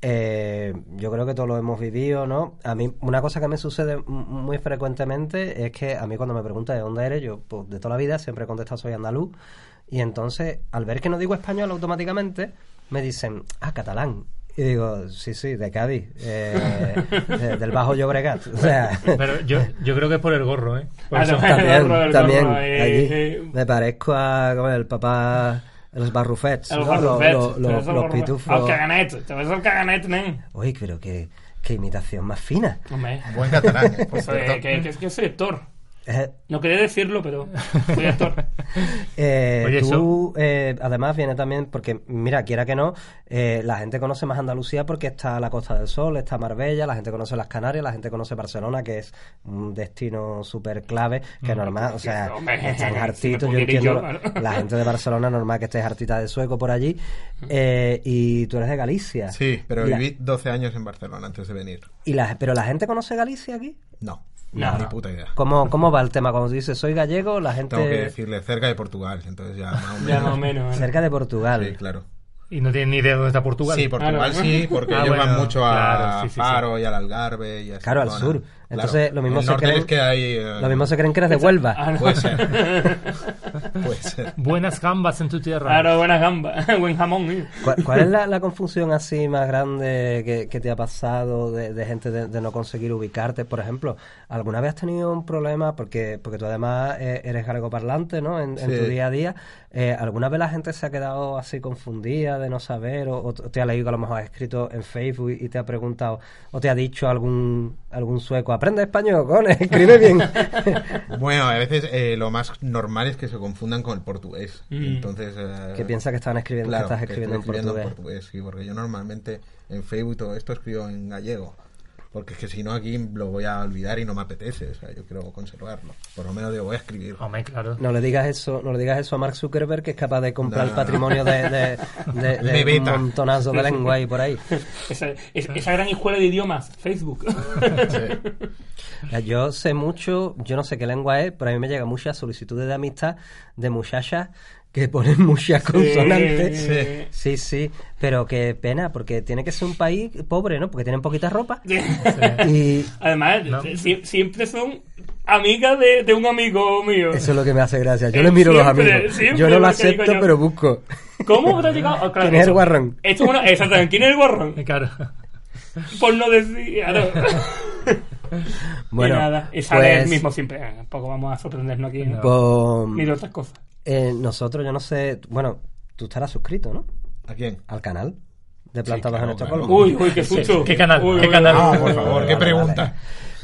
[SPEAKER 1] eh, yo creo que todos lo hemos vivido, ¿no? A mí, una cosa que me sucede m- muy frecuentemente es que a mí cuando me preguntan de dónde eres, yo pues, de toda la vida siempre he contestado soy andaluz. Y entonces, al ver que no digo español automáticamente, me dicen, ah, catalán. Y digo, sí, sí, de Cádiz, eh, de- del Bajo Llobregat. O sea,
[SPEAKER 3] Pero yo, yo creo que es por el gorro, ¿eh? Por
[SPEAKER 2] Ah,
[SPEAKER 3] eso.
[SPEAKER 2] no. El
[SPEAKER 1] también,
[SPEAKER 2] gorro, el
[SPEAKER 1] también.
[SPEAKER 2] gorro, eh,
[SPEAKER 1] allí.
[SPEAKER 2] eh.
[SPEAKER 1] me parezco a como el papá, los barrufets,
[SPEAKER 2] A los
[SPEAKER 1] ¿no? Los-
[SPEAKER 2] barrufets,
[SPEAKER 1] los-
[SPEAKER 2] te
[SPEAKER 1] los-
[SPEAKER 2] ves al
[SPEAKER 1] los
[SPEAKER 2] barru- Al
[SPEAKER 1] pitufos.
[SPEAKER 2] caganet, te ves al caganet, nen.
[SPEAKER 1] Uy, pero qué, qué imitación más fina.
[SPEAKER 2] Hombre,
[SPEAKER 4] Buen catalán, eh, por
[SPEAKER 2] pues, eh,
[SPEAKER 4] cierto.
[SPEAKER 2] que, que, que soy actor.
[SPEAKER 1] Eh,
[SPEAKER 2] No quería decirlo, pero soy actor.
[SPEAKER 1] eh,
[SPEAKER 3] Oye,
[SPEAKER 1] tú, eh, además, viene también porque, mira, quiera que no, eh, la gente conoce más Andalucía porque está la Costa del Sol, está Marbella, la gente conoce las Canarias, la gente conoce Barcelona, que es un destino súper clave, que normal, o sea,
[SPEAKER 2] Hombre,
[SPEAKER 1] están
[SPEAKER 2] si me
[SPEAKER 1] hartitos, yo
[SPEAKER 2] pudiera ir
[SPEAKER 1] entiendo,
[SPEAKER 2] yo, claro.
[SPEAKER 1] la gente de Barcelona, normal que estés hartita de sueco por allí, eh, y tú eres de Galicia.
[SPEAKER 4] Sí, pero
[SPEAKER 1] Y la-
[SPEAKER 4] viví 12 años en Barcelona antes de venir.
[SPEAKER 1] y la- ¿Pero la gente conoce Galicia aquí?
[SPEAKER 4] No,
[SPEAKER 2] No,
[SPEAKER 4] ni
[SPEAKER 2] no.
[SPEAKER 4] puta idea.
[SPEAKER 1] ¿Cómo, ¿Cómo va el tema? Cuando tú dices, soy gallego, la gente...
[SPEAKER 4] Tengo que decirle cerca de Portugal, entonces ya más o menos.
[SPEAKER 2] Ya más o menos. ¿eh?
[SPEAKER 1] Cerca de Portugal.
[SPEAKER 4] Sí, claro.
[SPEAKER 3] Y no tienen ni idea de dónde está Portugal.
[SPEAKER 4] Sí, Portugal
[SPEAKER 2] Ah, no.
[SPEAKER 4] sí, porque
[SPEAKER 3] Ah,
[SPEAKER 4] ellos van
[SPEAKER 3] bueno,
[SPEAKER 4] mucho a
[SPEAKER 3] claro, sí, sí, sí.
[SPEAKER 4] Faro y al Algarve y a esa
[SPEAKER 1] Claro, al
[SPEAKER 4] zona.
[SPEAKER 1] sur.
[SPEAKER 4] Claro.
[SPEAKER 1] Entonces, lo mismo
[SPEAKER 4] El
[SPEAKER 1] se
[SPEAKER 4] norte
[SPEAKER 1] creen-
[SPEAKER 4] es que hay... eh,
[SPEAKER 1] Lo mismo se creen que eres de Huelva.
[SPEAKER 2] Ah, no.
[SPEAKER 4] Puede ser. puede ser.
[SPEAKER 3] Buenas gambas en tu tierra.
[SPEAKER 2] Claro, buenas gambas, buen jamón. ¿eh?
[SPEAKER 1] ¿Cuál, cuál es la, la confusión así más grande que, que te ha pasado de, de gente de, de no conseguir ubicarte? Por ejemplo, ¿alguna vez has tenido un problema? Porque, porque tú además eh, eres algo parlante, ¿no? En, en tu
[SPEAKER 4] Sí.
[SPEAKER 1] día a día. Eh, ¿Alguna vez la gente se ha quedado así confundida de no saber? ¿O, o te ha leído que a lo mejor has escrito en Facebook y te ha preguntado o te ha dicho algún, algún sueco, aprende español, cone, escribe bien?
[SPEAKER 4] Bueno, a veces eh, lo más normal es que se confundan con el portugués.
[SPEAKER 2] Mm.
[SPEAKER 4] Entonces... eh,
[SPEAKER 1] que piensa que están escribiendo,
[SPEAKER 4] claro,
[SPEAKER 1] que estás
[SPEAKER 4] que
[SPEAKER 1] escribiendo,
[SPEAKER 4] estoy escribiendo
[SPEAKER 1] en
[SPEAKER 4] en
[SPEAKER 1] portugués.
[SPEAKER 4] portugués. Sí, porque yo normalmente en Facebook y todo esto escribo en gallego. Porque es que si no aquí lo voy a olvidar y no me apetece. O sea, yo quiero conservarlo. Por lo menos digo, voy a escribir.
[SPEAKER 3] Hombre, claro.
[SPEAKER 1] No le digas eso, no le digas eso a Mark Zuckerberg que es capaz de comprar
[SPEAKER 4] No,
[SPEAKER 1] el
[SPEAKER 4] no, no.
[SPEAKER 1] patrimonio de, de, de- de
[SPEAKER 4] Me
[SPEAKER 1] un
[SPEAKER 4] veta.
[SPEAKER 1] montonazo de lengua y por ahí.
[SPEAKER 2] Esa, es- esa gran escuela de idiomas, Facebook.
[SPEAKER 4] Sí.
[SPEAKER 1] Ya, Eh, Yo sé mucho, yo no sé qué lengua es, pero a mí me llegan muchas solicitudes de amistad de muchachas que ponen muchas consonantes.
[SPEAKER 2] Sí.
[SPEAKER 1] Sí, sí, pero qué pena, porque tiene que ser un país pobre, ¿no? Porque tienen poquita ropa. Y
[SPEAKER 2] Además,
[SPEAKER 3] No.
[SPEAKER 2] sie- siempre son amigas de, de un amigo mío.
[SPEAKER 1] eso es lo que me hace gracia. Yo
[SPEAKER 2] Eh,
[SPEAKER 1] le miro los
[SPEAKER 2] siempre,
[SPEAKER 1] amigos.
[SPEAKER 2] siempre
[SPEAKER 1] Yo no
[SPEAKER 2] lo
[SPEAKER 1] lo
[SPEAKER 2] que
[SPEAKER 1] acepto,
[SPEAKER 2] digo yo.
[SPEAKER 1] pero busco.
[SPEAKER 2] ¿Cómo te ha llegado? Ah, claro,
[SPEAKER 1] ¿Quién es el
[SPEAKER 2] eso-
[SPEAKER 1] guarrón?
[SPEAKER 2] Esto es una, exactamente, ¿quién es el guarrón?
[SPEAKER 3] Eh, Claro.
[SPEAKER 2] Por no decir. ah, no. y nada, esa es
[SPEAKER 1] pues,
[SPEAKER 2] el mismo siempre. Ah, Tampoco vamos a sorprendernos aquí. ¿no?
[SPEAKER 1] con-
[SPEAKER 2] Ni de otras cosas.
[SPEAKER 1] Eh, nosotros, yo no sé, bueno, tú estarás suscrito, ¿no?
[SPEAKER 4] ¿A quién?
[SPEAKER 1] Al canal de Plantados
[SPEAKER 4] claro,
[SPEAKER 1] en Estocolmo.
[SPEAKER 4] claro.
[SPEAKER 2] Uy, uy, qué susto.
[SPEAKER 3] ¿Qué canal?
[SPEAKER 2] Uy,
[SPEAKER 3] ¿Qué
[SPEAKER 2] uy,
[SPEAKER 3] canal?
[SPEAKER 2] uy.
[SPEAKER 4] Ah, por favor, qué
[SPEAKER 1] Vale,
[SPEAKER 4] pregunta.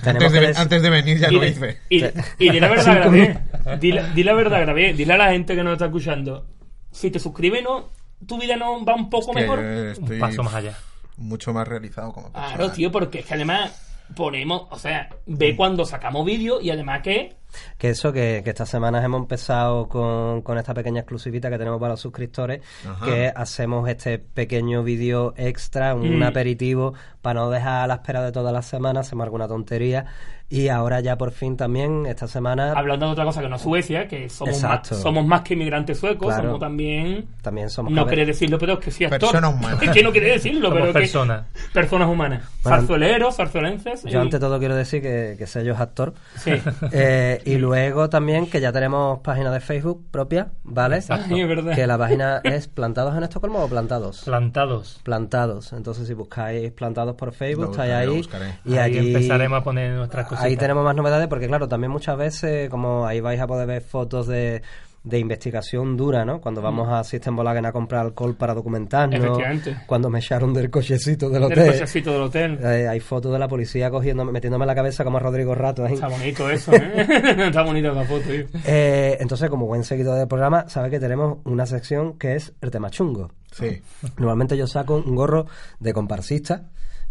[SPEAKER 1] Tenemos
[SPEAKER 4] Antes de,
[SPEAKER 1] que
[SPEAKER 4] ve-
[SPEAKER 1] des-
[SPEAKER 4] antes de venir ya lo
[SPEAKER 2] Dile-
[SPEAKER 4] hice.
[SPEAKER 2] Y, y di la verdad,
[SPEAKER 1] Cinco
[SPEAKER 2] Gabriel. Di la, di la verdad, Gabriel. Dile a la gente que nos está escuchando. Si te suscribes, ¿no? tu vida no va un poco
[SPEAKER 4] Que
[SPEAKER 2] mejor.
[SPEAKER 4] yo estoy
[SPEAKER 3] Un paso más allá.
[SPEAKER 4] Mucho más realizado como persona.
[SPEAKER 1] Mm.
[SPEAKER 2] Claro, tío, porque es que además ponemos, o sea, ve cuando sacamos vídeo y además que
[SPEAKER 1] Que eso, que, que estas semanas hemos empezado con, con esta pequeña exclusivita que tenemos para los suscriptores,
[SPEAKER 4] Ajá.
[SPEAKER 1] que hacemos este pequeño vídeo extra, un
[SPEAKER 2] Mm.
[SPEAKER 1] aperitivo, para no dejar a la espera de todas las semanas, hacemos alguna tontería. Y ahora ya por fin también, esta semana,
[SPEAKER 2] Hablando de otra cosa que no es Suecia, que somos, más,
[SPEAKER 1] Exacto.
[SPEAKER 2] somos más que inmigrantes suecos,
[SPEAKER 1] Claro.
[SPEAKER 2] somos también...
[SPEAKER 1] también somos...
[SPEAKER 2] No
[SPEAKER 1] cabe-
[SPEAKER 2] quería decirlo, pero es que sí, actor.
[SPEAKER 4] Personas humanas.
[SPEAKER 2] Es que no quiere decirlo,
[SPEAKER 3] Somos
[SPEAKER 2] pero que-
[SPEAKER 3] personas.
[SPEAKER 2] personas humanas.
[SPEAKER 1] Bueno,
[SPEAKER 2] zarzueleros, zarzuelenses. y-
[SPEAKER 1] Yo ante todo quiero decir que, que Sello es actor.
[SPEAKER 2] Sí.
[SPEAKER 1] Eh, y luego también que ya tenemos página de Facebook propia, ¿vale?
[SPEAKER 2] Ay, es verdad.
[SPEAKER 1] Que la página es Plantados en Estocolmo o Plantados.
[SPEAKER 3] Plantados.
[SPEAKER 1] Plantados. Entonces si buscáis Plantados por Facebook,
[SPEAKER 4] Lo
[SPEAKER 1] estáis
[SPEAKER 4] buscaré, lo
[SPEAKER 1] ahí.
[SPEAKER 4] buscaré.
[SPEAKER 1] Y
[SPEAKER 3] ahí
[SPEAKER 1] allí-
[SPEAKER 3] empezaremos a poner nuestras cositas.
[SPEAKER 1] Ahí tenemos más novedades porque, claro, también muchas veces, como ahí vais a poder ver fotos de, de investigación dura, ¿no?
[SPEAKER 2] Mm.
[SPEAKER 1] Cuando vamos a Systembolagen a comprar alcohol para documentarnos.
[SPEAKER 2] Efectivamente.
[SPEAKER 1] Cuando me echaron del cochecito del
[SPEAKER 2] Del
[SPEAKER 1] hotel.
[SPEAKER 2] cochecito del hotel.
[SPEAKER 1] Eh, hay fotos de la policía cogiéndome, metiéndome en la cabeza como a Rodrigo Rato. ahí.
[SPEAKER 2] Está bonito eso, ¿eh? Está bonita la foto, tío.
[SPEAKER 1] Eh, entonces, como buen seguidor del programa, sabe que tenemos una sección que es el tema chungo.
[SPEAKER 4] Sí.
[SPEAKER 1] Normalmente yo saco un gorro de comparsista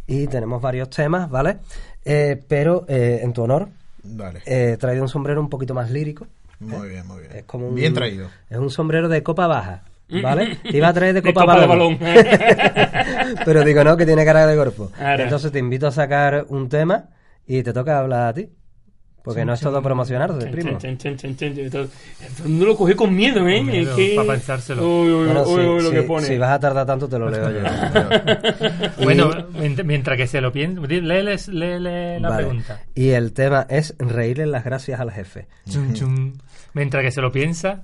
[SPEAKER 1] y tenemos varios temas, ¿vale? Eh, pero eh, en tu honor,
[SPEAKER 4] Vale.
[SPEAKER 1] eh, he traído un sombrero un poquito más lírico.
[SPEAKER 4] muy bien, muy bien.
[SPEAKER 1] Es como un-
[SPEAKER 4] Bien traído.
[SPEAKER 1] Es un sombrero de copa baja, ¿vale? Te iba a traer de copa,
[SPEAKER 2] de
[SPEAKER 1] balón.
[SPEAKER 2] balón. ¿eh?
[SPEAKER 1] pero digo, no, que tiene cara de cuerpo.
[SPEAKER 2] Ahora.
[SPEAKER 1] Entonces te invito a sacar un tema y te toca hablar a ti. Porque no es todo promocionarse,
[SPEAKER 2] Chan,
[SPEAKER 1] primo.
[SPEAKER 2] chan, chan, chan, chan, chan. Entonces, No lo cogí con miedo, ¿eh?
[SPEAKER 3] Con miedo,
[SPEAKER 2] Es que-
[SPEAKER 3] pa' pensárselo.
[SPEAKER 2] Uy, uy,
[SPEAKER 1] Bueno,
[SPEAKER 2] uy,
[SPEAKER 1] si-
[SPEAKER 2] uy, lo
[SPEAKER 1] si-
[SPEAKER 2] que pone.
[SPEAKER 1] si vas a tardar tanto, te lo leo yo.
[SPEAKER 3] Bueno, mient- mientras que se lo piense, di- léeles- léele, la
[SPEAKER 1] Vale.
[SPEAKER 3] pregunta.
[SPEAKER 1] Y el tema es reírle las gracias al jefe.
[SPEAKER 3] Chum, chum. Mientras que se lo piensa,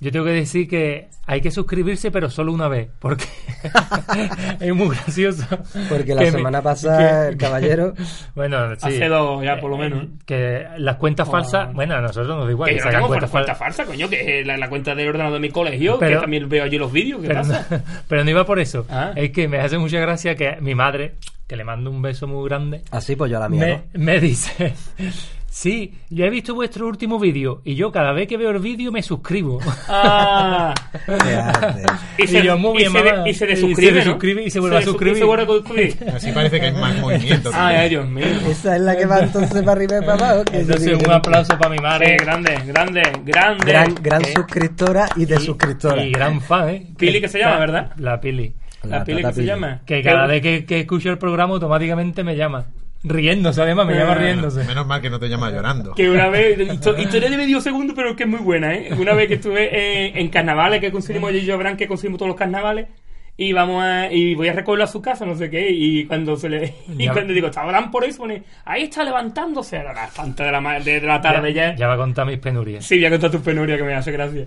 [SPEAKER 3] yo tengo que decir que hay que suscribirse, pero solo una vez, porque es muy gracioso.
[SPEAKER 1] Porque la
[SPEAKER 3] Que me-
[SPEAKER 1] semana pasada
[SPEAKER 3] que-
[SPEAKER 1] el caballero.
[SPEAKER 3] Bueno, sí.
[SPEAKER 2] Hace dos ya, por lo menos.
[SPEAKER 3] Eh, Que las cuentas falsas,
[SPEAKER 2] Ah.
[SPEAKER 3] bueno, a nosotros nos da igual.
[SPEAKER 2] Que
[SPEAKER 3] que
[SPEAKER 2] yo no
[SPEAKER 3] salgan
[SPEAKER 2] tengo cuenta,
[SPEAKER 3] cuentas
[SPEAKER 2] cuenta
[SPEAKER 3] fal-
[SPEAKER 2] falsa, coño, que es la, la cuenta del ordenador de mi colegio,
[SPEAKER 3] Pero-
[SPEAKER 2] que también veo allí los vídeos, ¿qué
[SPEAKER 3] pero,
[SPEAKER 2] pasa?
[SPEAKER 3] no, pero no iba por eso.
[SPEAKER 2] Ah.
[SPEAKER 3] Es que me hace mucha gracia que mi madre, que le mando un beso muy grande,
[SPEAKER 1] Así pues yo a la mía.
[SPEAKER 3] me, me dice, sí, yo he visto vuestro último vídeo y yo cada vez que veo el vídeo me suscribo.
[SPEAKER 2] Ah,
[SPEAKER 1] ¿no? Qué arte.
[SPEAKER 2] y, se,
[SPEAKER 3] Y yo, muy
[SPEAKER 2] y
[SPEAKER 3] bien,
[SPEAKER 2] se,
[SPEAKER 3] mamá.
[SPEAKER 2] de- y se desuscribe,
[SPEAKER 3] Y se
[SPEAKER 2] ¿no?
[SPEAKER 3] desuscribe y se vuelve a
[SPEAKER 2] desu-
[SPEAKER 3] suscribir.
[SPEAKER 2] y se vuelve a suscribir.
[SPEAKER 4] Así parece que hay más movimiento.
[SPEAKER 2] Ay, ay, Dios mío.
[SPEAKER 1] Esa es la que va entonces para arriba y para abajo. que yo digo
[SPEAKER 3] Entonces,
[SPEAKER 1] que
[SPEAKER 3] un
[SPEAKER 1] no.
[SPEAKER 3] aplauso para mi
[SPEAKER 2] Vale,
[SPEAKER 3] madre.
[SPEAKER 2] grande, grande, grande.
[SPEAKER 1] Gran, gran
[SPEAKER 3] Eh,
[SPEAKER 1] suscriptora y de suscriptora.
[SPEAKER 3] Y gran fan, ¿eh?
[SPEAKER 2] Pili que se llama, ¿verdad?
[SPEAKER 3] La Pili.
[SPEAKER 2] la peli que
[SPEAKER 1] tata
[SPEAKER 2] se
[SPEAKER 1] Pili.
[SPEAKER 2] llama.
[SPEAKER 3] Que cada vez que, que escucho el programa automáticamente me llama. Riéndose, además, me
[SPEAKER 2] Ah,
[SPEAKER 3] llama riéndose.
[SPEAKER 4] Menos mal que no te llama llorando.
[SPEAKER 2] Que una vez, histo- historia de medio segundo, pero que es muy buena, ¿eh? Una vez que estuve eh, en carnavales, que conseguimos yo y yo, Bran, que conseguimos todos los carnavales, y vamos a, y voy a recogerlo a su casa, no sé qué, y cuando se le, y
[SPEAKER 3] Ya.
[SPEAKER 2] cuando digo, está Bran por eso, pone, ahí está levantándose a las tantas de la, ma- de, de la tarde ya.
[SPEAKER 3] ya va a contar mis penurias.
[SPEAKER 2] Sí, voy a contar tus penurias que me hace gracia.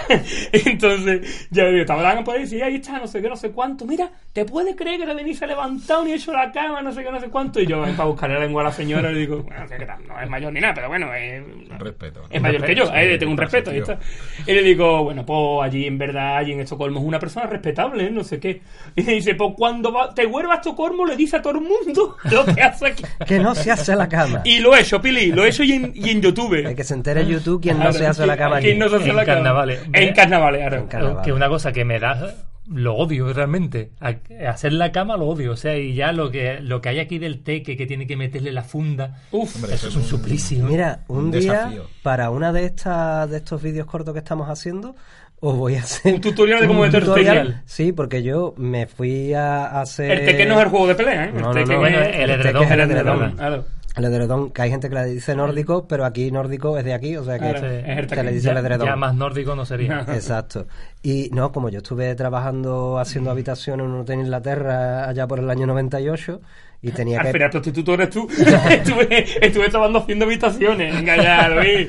[SPEAKER 2] Entonces, ya digo, estaba hablando por ahí y decía, ahí está, no sé qué, no sé cuánto. Mira, ¿te puedes creer que la Denise se ha levantado ni ha hecho la cama, no sé qué, no sé cuánto? Y yo, eh, para buscarle la lengua a la señora, le digo, bueno, que tal, no es mayor ni nada, pero bueno, eh,
[SPEAKER 4] Respeto. ¿no?
[SPEAKER 2] es mayor que yo,
[SPEAKER 4] Sí,
[SPEAKER 2] eh, tengo un
[SPEAKER 4] pasa,
[SPEAKER 2] respeto. ahí
[SPEAKER 4] tío?
[SPEAKER 2] está. Y le digo, bueno, pues allí en verdad, allí en Estocolmo es una persona respetable, ¿eh? no sé qué. Y me dice, pues cuando va- te vuelvas a Estocolmo le dice a todo el mundo lo que hace aquí.
[SPEAKER 1] Que no se hace la cama.
[SPEAKER 2] Y lo he hecho, Pili, lo he hecho y en, y en YouTube.
[SPEAKER 1] Hay que se entere YouTube quien no
[SPEAKER 2] Claro,
[SPEAKER 1] se hace la cama. aquí.
[SPEAKER 2] ¿quién ah, no se hace
[SPEAKER 3] En
[SPEAKER 2] la cama?
[SPEAKER 3] carnavales.
[SPEAKER 2] En carnavales, ahora.
[SPEAKER 1] En carnavales.
[SPEAKER 3] Que una cosa que me da, lo odio realmente. A- Hacer la cama lo odio. O sea, y ya lo que, lo que hay aquí del teque que tiene que meterle la funda.
[SPEAKER 2] Uf,
[SPEAKER 4] Hombre,
[SPEAKER 3] Eso es un suplicio.
[SPEAKER 1] Mira, un,
[SPEAKER 4] Un
[SPEAKER 1] día
[SPEAKER 4] desafío.
[SPEAKER 1] para una de estas de estos vídeos cortos que estamos haciendo os voy a hacer
[SPEAKER 2] Un tutorial de cómo meter teque.
[SPEAKER 1] Sí, porque yo me fui a hacer
[SPEAKER 2] el teque no es el juego de pelea, ¿eh? El
[SPEAKER 1] No, no,
[SPEAKER 2] teque
[SPEAKER 1] no.
[SPEAKER 2] es
[SPEAKER 3] Bueno, el edredón,
[SPEAKER 1] teque es
[SPEAKER 2] el
[SPEAKER 3] el
[SPEAKER 2] edredón.
[SPEAKER 3] edredón.
[SPEAKER 2] Claro.
[SPEAKER 1] El edredón, que hay gente que le dice nórdico, pero aquí nórdico es de aquí, o sea que
[SPEAKER 2] Claro, es
[SPEAKER 1] se
[SPEAKER 2] el teque.
[SPEAKER 1] le dice
[SPEAKER 3] Ya,
[SPEAKER 1] el edredón.
[SPEAKER 3] ya más nórdico no sería.
[SPEAKER 1] Exacto. Y no, como yo estuve trabajando haciendo habitación en un hotel en Inglaterra allá por el año 98 y tenía
[SPEAKER 2] Al
[SPEAKER 1] que
[SPEAKER 2] final, prostituto eres tú. estuve, estuve trabajando haciendo habitaciones. Venga ya, Luis.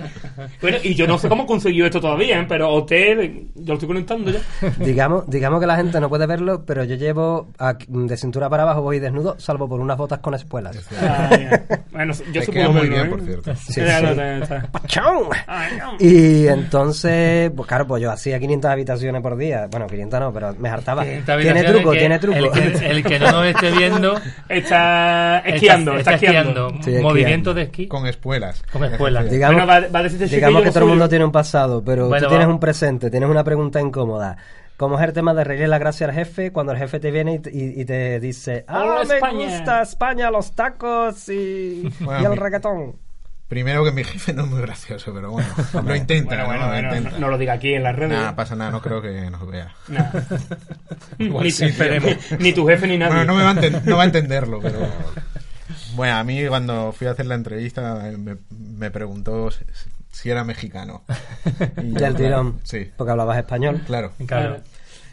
[SPEAKER 2] Bueno, y yo no sé cómo consiguió esto todavía, ¿eh? Pero hotel, yo lo estoy conectando ya.
[SPEAKER 1] digamos, digamos que la gente no puede verlo, pero yo llevo aquí- de cintura para abajo voy desnudo, salvo por unas botas con espuelas.
[SPEAKER 2] Ah, ya. bueno, yo
[SPEAKER 4] Te
[SPEAKER 2] supongo
[SPEAKER 4] queda muy
[SPEAKER 2] bueno,
[SPEAKER 4] bien,
[SPEAKER 2] ¿eh?
[SPEAKER 4] por cierto.
[SPEAKER 1] Sí,
[SPEAKER 2] Ya,
[SPEAKER 1] sí.
[SPEAKER 2] no, ya, ya.
[SPEAKER 1] ¡Pachón!
[SPEAKER 2] Ay, no.
[SPEAKER 1] Y entonces, pues claro, pues yo hacía 500 habitaciones por día. Bueno, 500 no, pero me hartaba.
[SPEAKER 3] Esta
[SPEAKER 1] Tiene
[SPEAKER 3] habitación
[SPEAKER 1] truco,
[SPEAKER 3] que
[SPEAKER 1] tiene truco.
[SPEAKER 3] El que, el que no nos esté viendo
[SPEAKER 2] Está esquiando, está, esquiando.
[SPEAKER 1] Estoy esquiando.
[SPEAKER 3] Movimiento de esquí con,
[SPEAKER 4] Con espuelas.
[SPEAKER 3] escuela.
[SPEAKER 1] digamos
[SPEAKER 2] Bueno, va, va a decirte sí
[SPEAKER 1] digamos
[SPEAKER 2] yo
[SPEAKER 1] que
[SPEAKER 2] lo
[SPEAKER 1] todo el
[SPEAKER 2] suyo.
[SPEAKER 1] mundo tiene un pasado, pero
[SPEAKER 3] Bueno,
[SPEAKER 1] tú tienes
[SPEAKER 3] va.
[SPEAKER 1] un presente, tienes una pregunta incómoda. ¿Cómo es el tema de reírle la gracia al jefe cuando el jefe te viene y, te- y- y te dice, ah,
[SPEAKER 2] Hola,
[SPEAKER 1] me
[SPEAKER 2] España".
[SPEAKER 1] gusta España, los tacos y,
[SPEAKER 4] Bueno,
[SPEAKER 1] y el
[SPEAKER 4] mi-
[SPEAKER 1] reggaetón?
[SPEAKER 4] Primero que mi jefe no es muy gracioso, pero bueno, lo
[SPEAKER 2] Bueno,
[SPEAKER 4] intenta, ¿no?
[SPEAKER 2] bueno,
[SPEAKER 4] Lo
[SPEAKER 2] bueno,
[SPEAKER 4] intenta.
[SPEAKER 2] no, no lo diga aquí en las redes.
[SPEAKER 4] Nada, pasa nada, no creo que nos vea.
[SPEAKER 2] Nah.
[SPEAKER 4] Igual
[SPEAKER 2] ni,
[SPEAKER 4] sí, tío.
[SPEAKER 2] esperemos. ni tu jefe ni nadie.
[SPEAKER 4] Bueno, no, me va a enten- no va a entenderlo, pero... Bueno, a mí cuando fui a hacer la entrevista eh, me, me preguntó si- si era mexicano. Y yo,
[SPEAKER 1] Del tirón.
[SPEAKER 4] Sí,
[SPEAKER 1] Porque hablabas español.
[SPEAKER 4] claro.
[SPEAKER 3] Claro.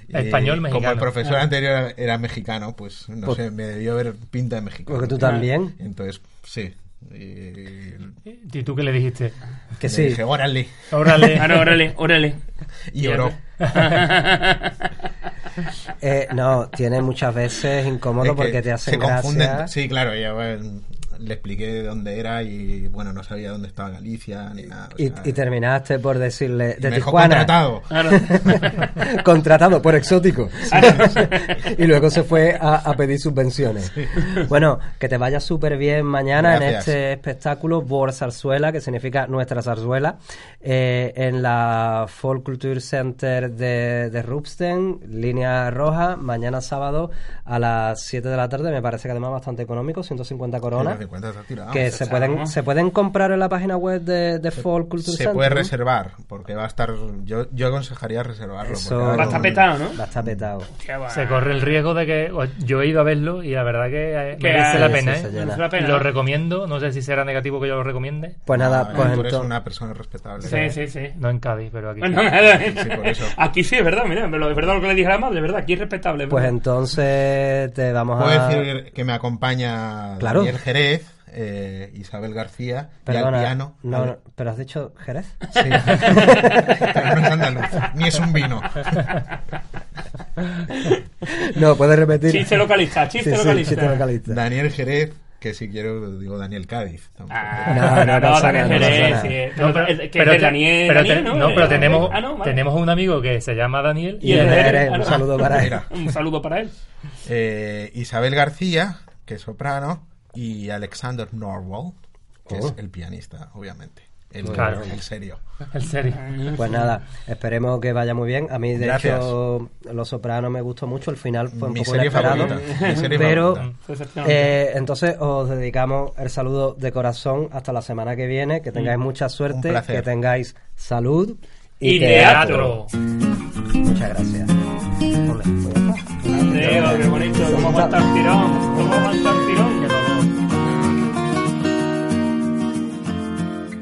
[SPEAKER 4] Y
[SPEAKER 3] Español,
[SPEAKER 4] Como
[SPEAKER 3] mexicano.
[SPEAKER 4] el profesor anterior era, era mexicano, pues no
[SPEAKER 1] Ah. Pues-
[SPEAKER 4] sé, me debió haber pinta de mexicano.
[SPEAKER 1] Porque tú también.
[SPEAKER 4] Entonces, sí. Y
[SPEAKER 3] ¿Y tú qué le dijiste?
[SPEAKER 1] Que
[SPEAKER 4] le
[SPEAKER 1] sí.
[SPEAKER 4] dije, órale.
[SPEAKER 3] Órale.
[SPEAKER 2] Ah, no, órale, órale.
[SPEAKER 4] Y oró.
[SPEAKER 1] Eh, no, tiene muchas veces incómodo
[SPEAKER 4] Es que
[SPEAKER 1] porque te hacen
[SPEAKER 4] se confunden.
[SPEAKER 1] gracia.
[SPEAKER 4] Sí, claro, ya bueno, le expliqué de dónde era y bueno, no sabía dónde estaba Galicia ni nada. o
[SPEAKER 1] Y, Ah,
[SPEAKER 4] sea,
[SPEAKER 1] y terminaste por decirle
[SPEAKER 4] y
[SPEAKER 1] de
[SPEAKER 4] me dejó
[SPEAKER 1] Tijuana.
[SPEAKER 4] contratado.
[SPEAKER 2] Claro.
[SPEAKER 1] Contratado por exótico. y luego se fue a, a pedir subvenciones. Bueno, que te vaya súper bien mañana en
[SPEAKER 4] Gracias.
[SPEAKER 1] este espectáculo Bor Zarzuela, que significa nuestra zarzuela, eh, en la Folk Culture Center de, de Rupsten, línea roja, mañana sábado a las 7 de la tarde. Me parece que además bastante económico, 150 coronas.
[SPEAKER 4] Pero de cuenta está tirado.
[SPEAKER 1] Que
[SPEAKER 4] se,
[SPEAKER 1] se pueden, se pueden comprar en la página web de, de Folk Culture Center.
[SPEAKER 4] puede
[SPEAKER 1] ¿no?
[SPEAKER 4] reservar, porque va a estar. Yo, yo aconsejaría reservarlo.
[SPEAKER 1] Eso-
[SPEAKER 4] porque
[SPEAKER 2] Va a estar petado, ¿no?
[SPEAKER 1] Va a estar petado.
[SPEAKER 2] Hostia, va.
[SPEAKER 3] Se corre el riesgo de que o- yo he ido a verlo y la verdad que eh,
[SPEAKER 2] Que
[SPEAKER 3] merece la
[SPEAKER 1] sí,
[SPEAKER 3] pena.
[SPEAKER 1] sí, se
[SPEAKER 3] ¿eh?
[SPEAKER 1] llena.
[SPEAKER 2] Merece la pena.
[SPEAKER 3] Lo recomiendo, no sé si será negativo que yo lo recomiende.
[SPEAKER 1] Pues nada,
[SPEAKER 4] Ah,
[SPEAKER 1] pues
[SPEAKER 4] tú eres
[SPEAKER 1] entonces.
[SPEAKER 4] una persona respetable.
[SPEAKER 2] Sí, sí, sí.
[SPEAKER 3] No en Cádiz, pero aquí.
[SPEAKER 2] Bueno, nada,
[SPEAKER 4] por eso.
[SPEAKER 2] Aquí sí, es verdad, mira, me lo- es verdad lo que le dije a la madre, es verdad, aquí es respetable. es
[SPEAKER 1] Pues
[SPEAKER 2] verdad.
[SPEAKER 1] entonces te vamos
[SPEAKER 4] Puedo
[SPEAKER 1] a.
[SPEAKER 4] decir que me acompaña
[SPEAKER 1] Claro.
[SPEAKER 4] Daniel Jerez, eh, Isabel García, y al
[SPEAKER 1] Perdona,
[SPEAKER 4] piano.
[SPEAKER 1] no, no, pero has dicho Jerez.
[SPEAKER 4] Sí. Pero no es andaluz, ni es un vino.
[SPEAKER 1] No, puedes repetir.
[SPEAKER 2] Chiste localista,
[SPEAKER 1] Sí,
[SPEAKER 2] chiste
[SPEAKER 1] sí,
[SPEAKER 2] localista.
[SPEAKER 1] chiste localista.
[SPEAKER 4] Daniel Jerez, que si quiero digo Daniel Cádiz. tampoco.
[SPEAKER 1] No,
[SPEAKER 2] Ah,
[SPEAKER 1] no, no suena,
[SPEAKER 2] Daniel
[SPEAKER 1] no
[SPEAKER 2] Jerez,
[SPEAKER 1] suena.
[SPEAKER 2] sí, es-
[SPEAKER 3] No,
[SPEAKER 2] es- que
[SPEAKER 3] pero
[SPEAKER 2] es
[SPEAKER 3] te-
[SPEAKER 2] Daniel,
[SPEAKER 3] pero te-
[SPEAKER 2] Daniel,
[SPEAKER 3] no, pero tenemos,
[SPEAKER 2] Ah, no, vale.
[SPEAKER 3] tenemos un amigo que se llama Daniel
[SPEAKER 1] Y
[SPEAKER 2] Y el
[SPEAKER 1] el
[SPEAKER 2] de Jerez,
[SPEAKER 1] Jerez,
[SPEAKER 2] ah,
[SPEAKER 1] un
[SPEAKER 2] no.
[SPEAKER 1] saludo para él.
[SPEAKER 4] Mira.
[SPEAKER 2] Un saludo para él.
[SPEAKER 4] Eh, Isabel García, que es soprano, y Alexander Norwell, que
[SPEAKER 1] Oh.
[SPEAKER 4] es el pianista, obviamente. El,
[SPEAKER 3] Claro.
[SPEAKER 4] el serio.
[SPEAKER 3] en serio.
[SPEAKER 1] Pues nada, esperemos que vaya muy bien. A mí, de
[SPEAKER 4] Gracias.
[SPEAKER 1] hecho, Los Sopranos me gustó mucho. El final fue un
[SPEAKER 4] Mi
[SPEAKER 1] poco
[SPEAKER 4] serie
[SPEAKER 1] inesperado.
[SPEAKER 4] favorita, mi serie
[SPEAKER 1] pero
[SPEAKER 4] favorita.
[SPEAKER 2] Decepcionante.
[SPEAKER 1] eh, entonces os dedicamos el saludo de corazón hasta la semana que viene. Que tengáis mucha suerte,
[SPEAKER 4] placer.
[SPEAKER 1] que tengáis salud
[SPEAKER 2] y
[SPEAKER 3] Teatro.
[SPEAKER 2] teatro.
[SPEAKER 1] Muchas gracias. Ole, pues ya está.
[SPEAKER 2] Leo, qué bonito, cómo aguanta el tirón, cómo aguanta el tirón.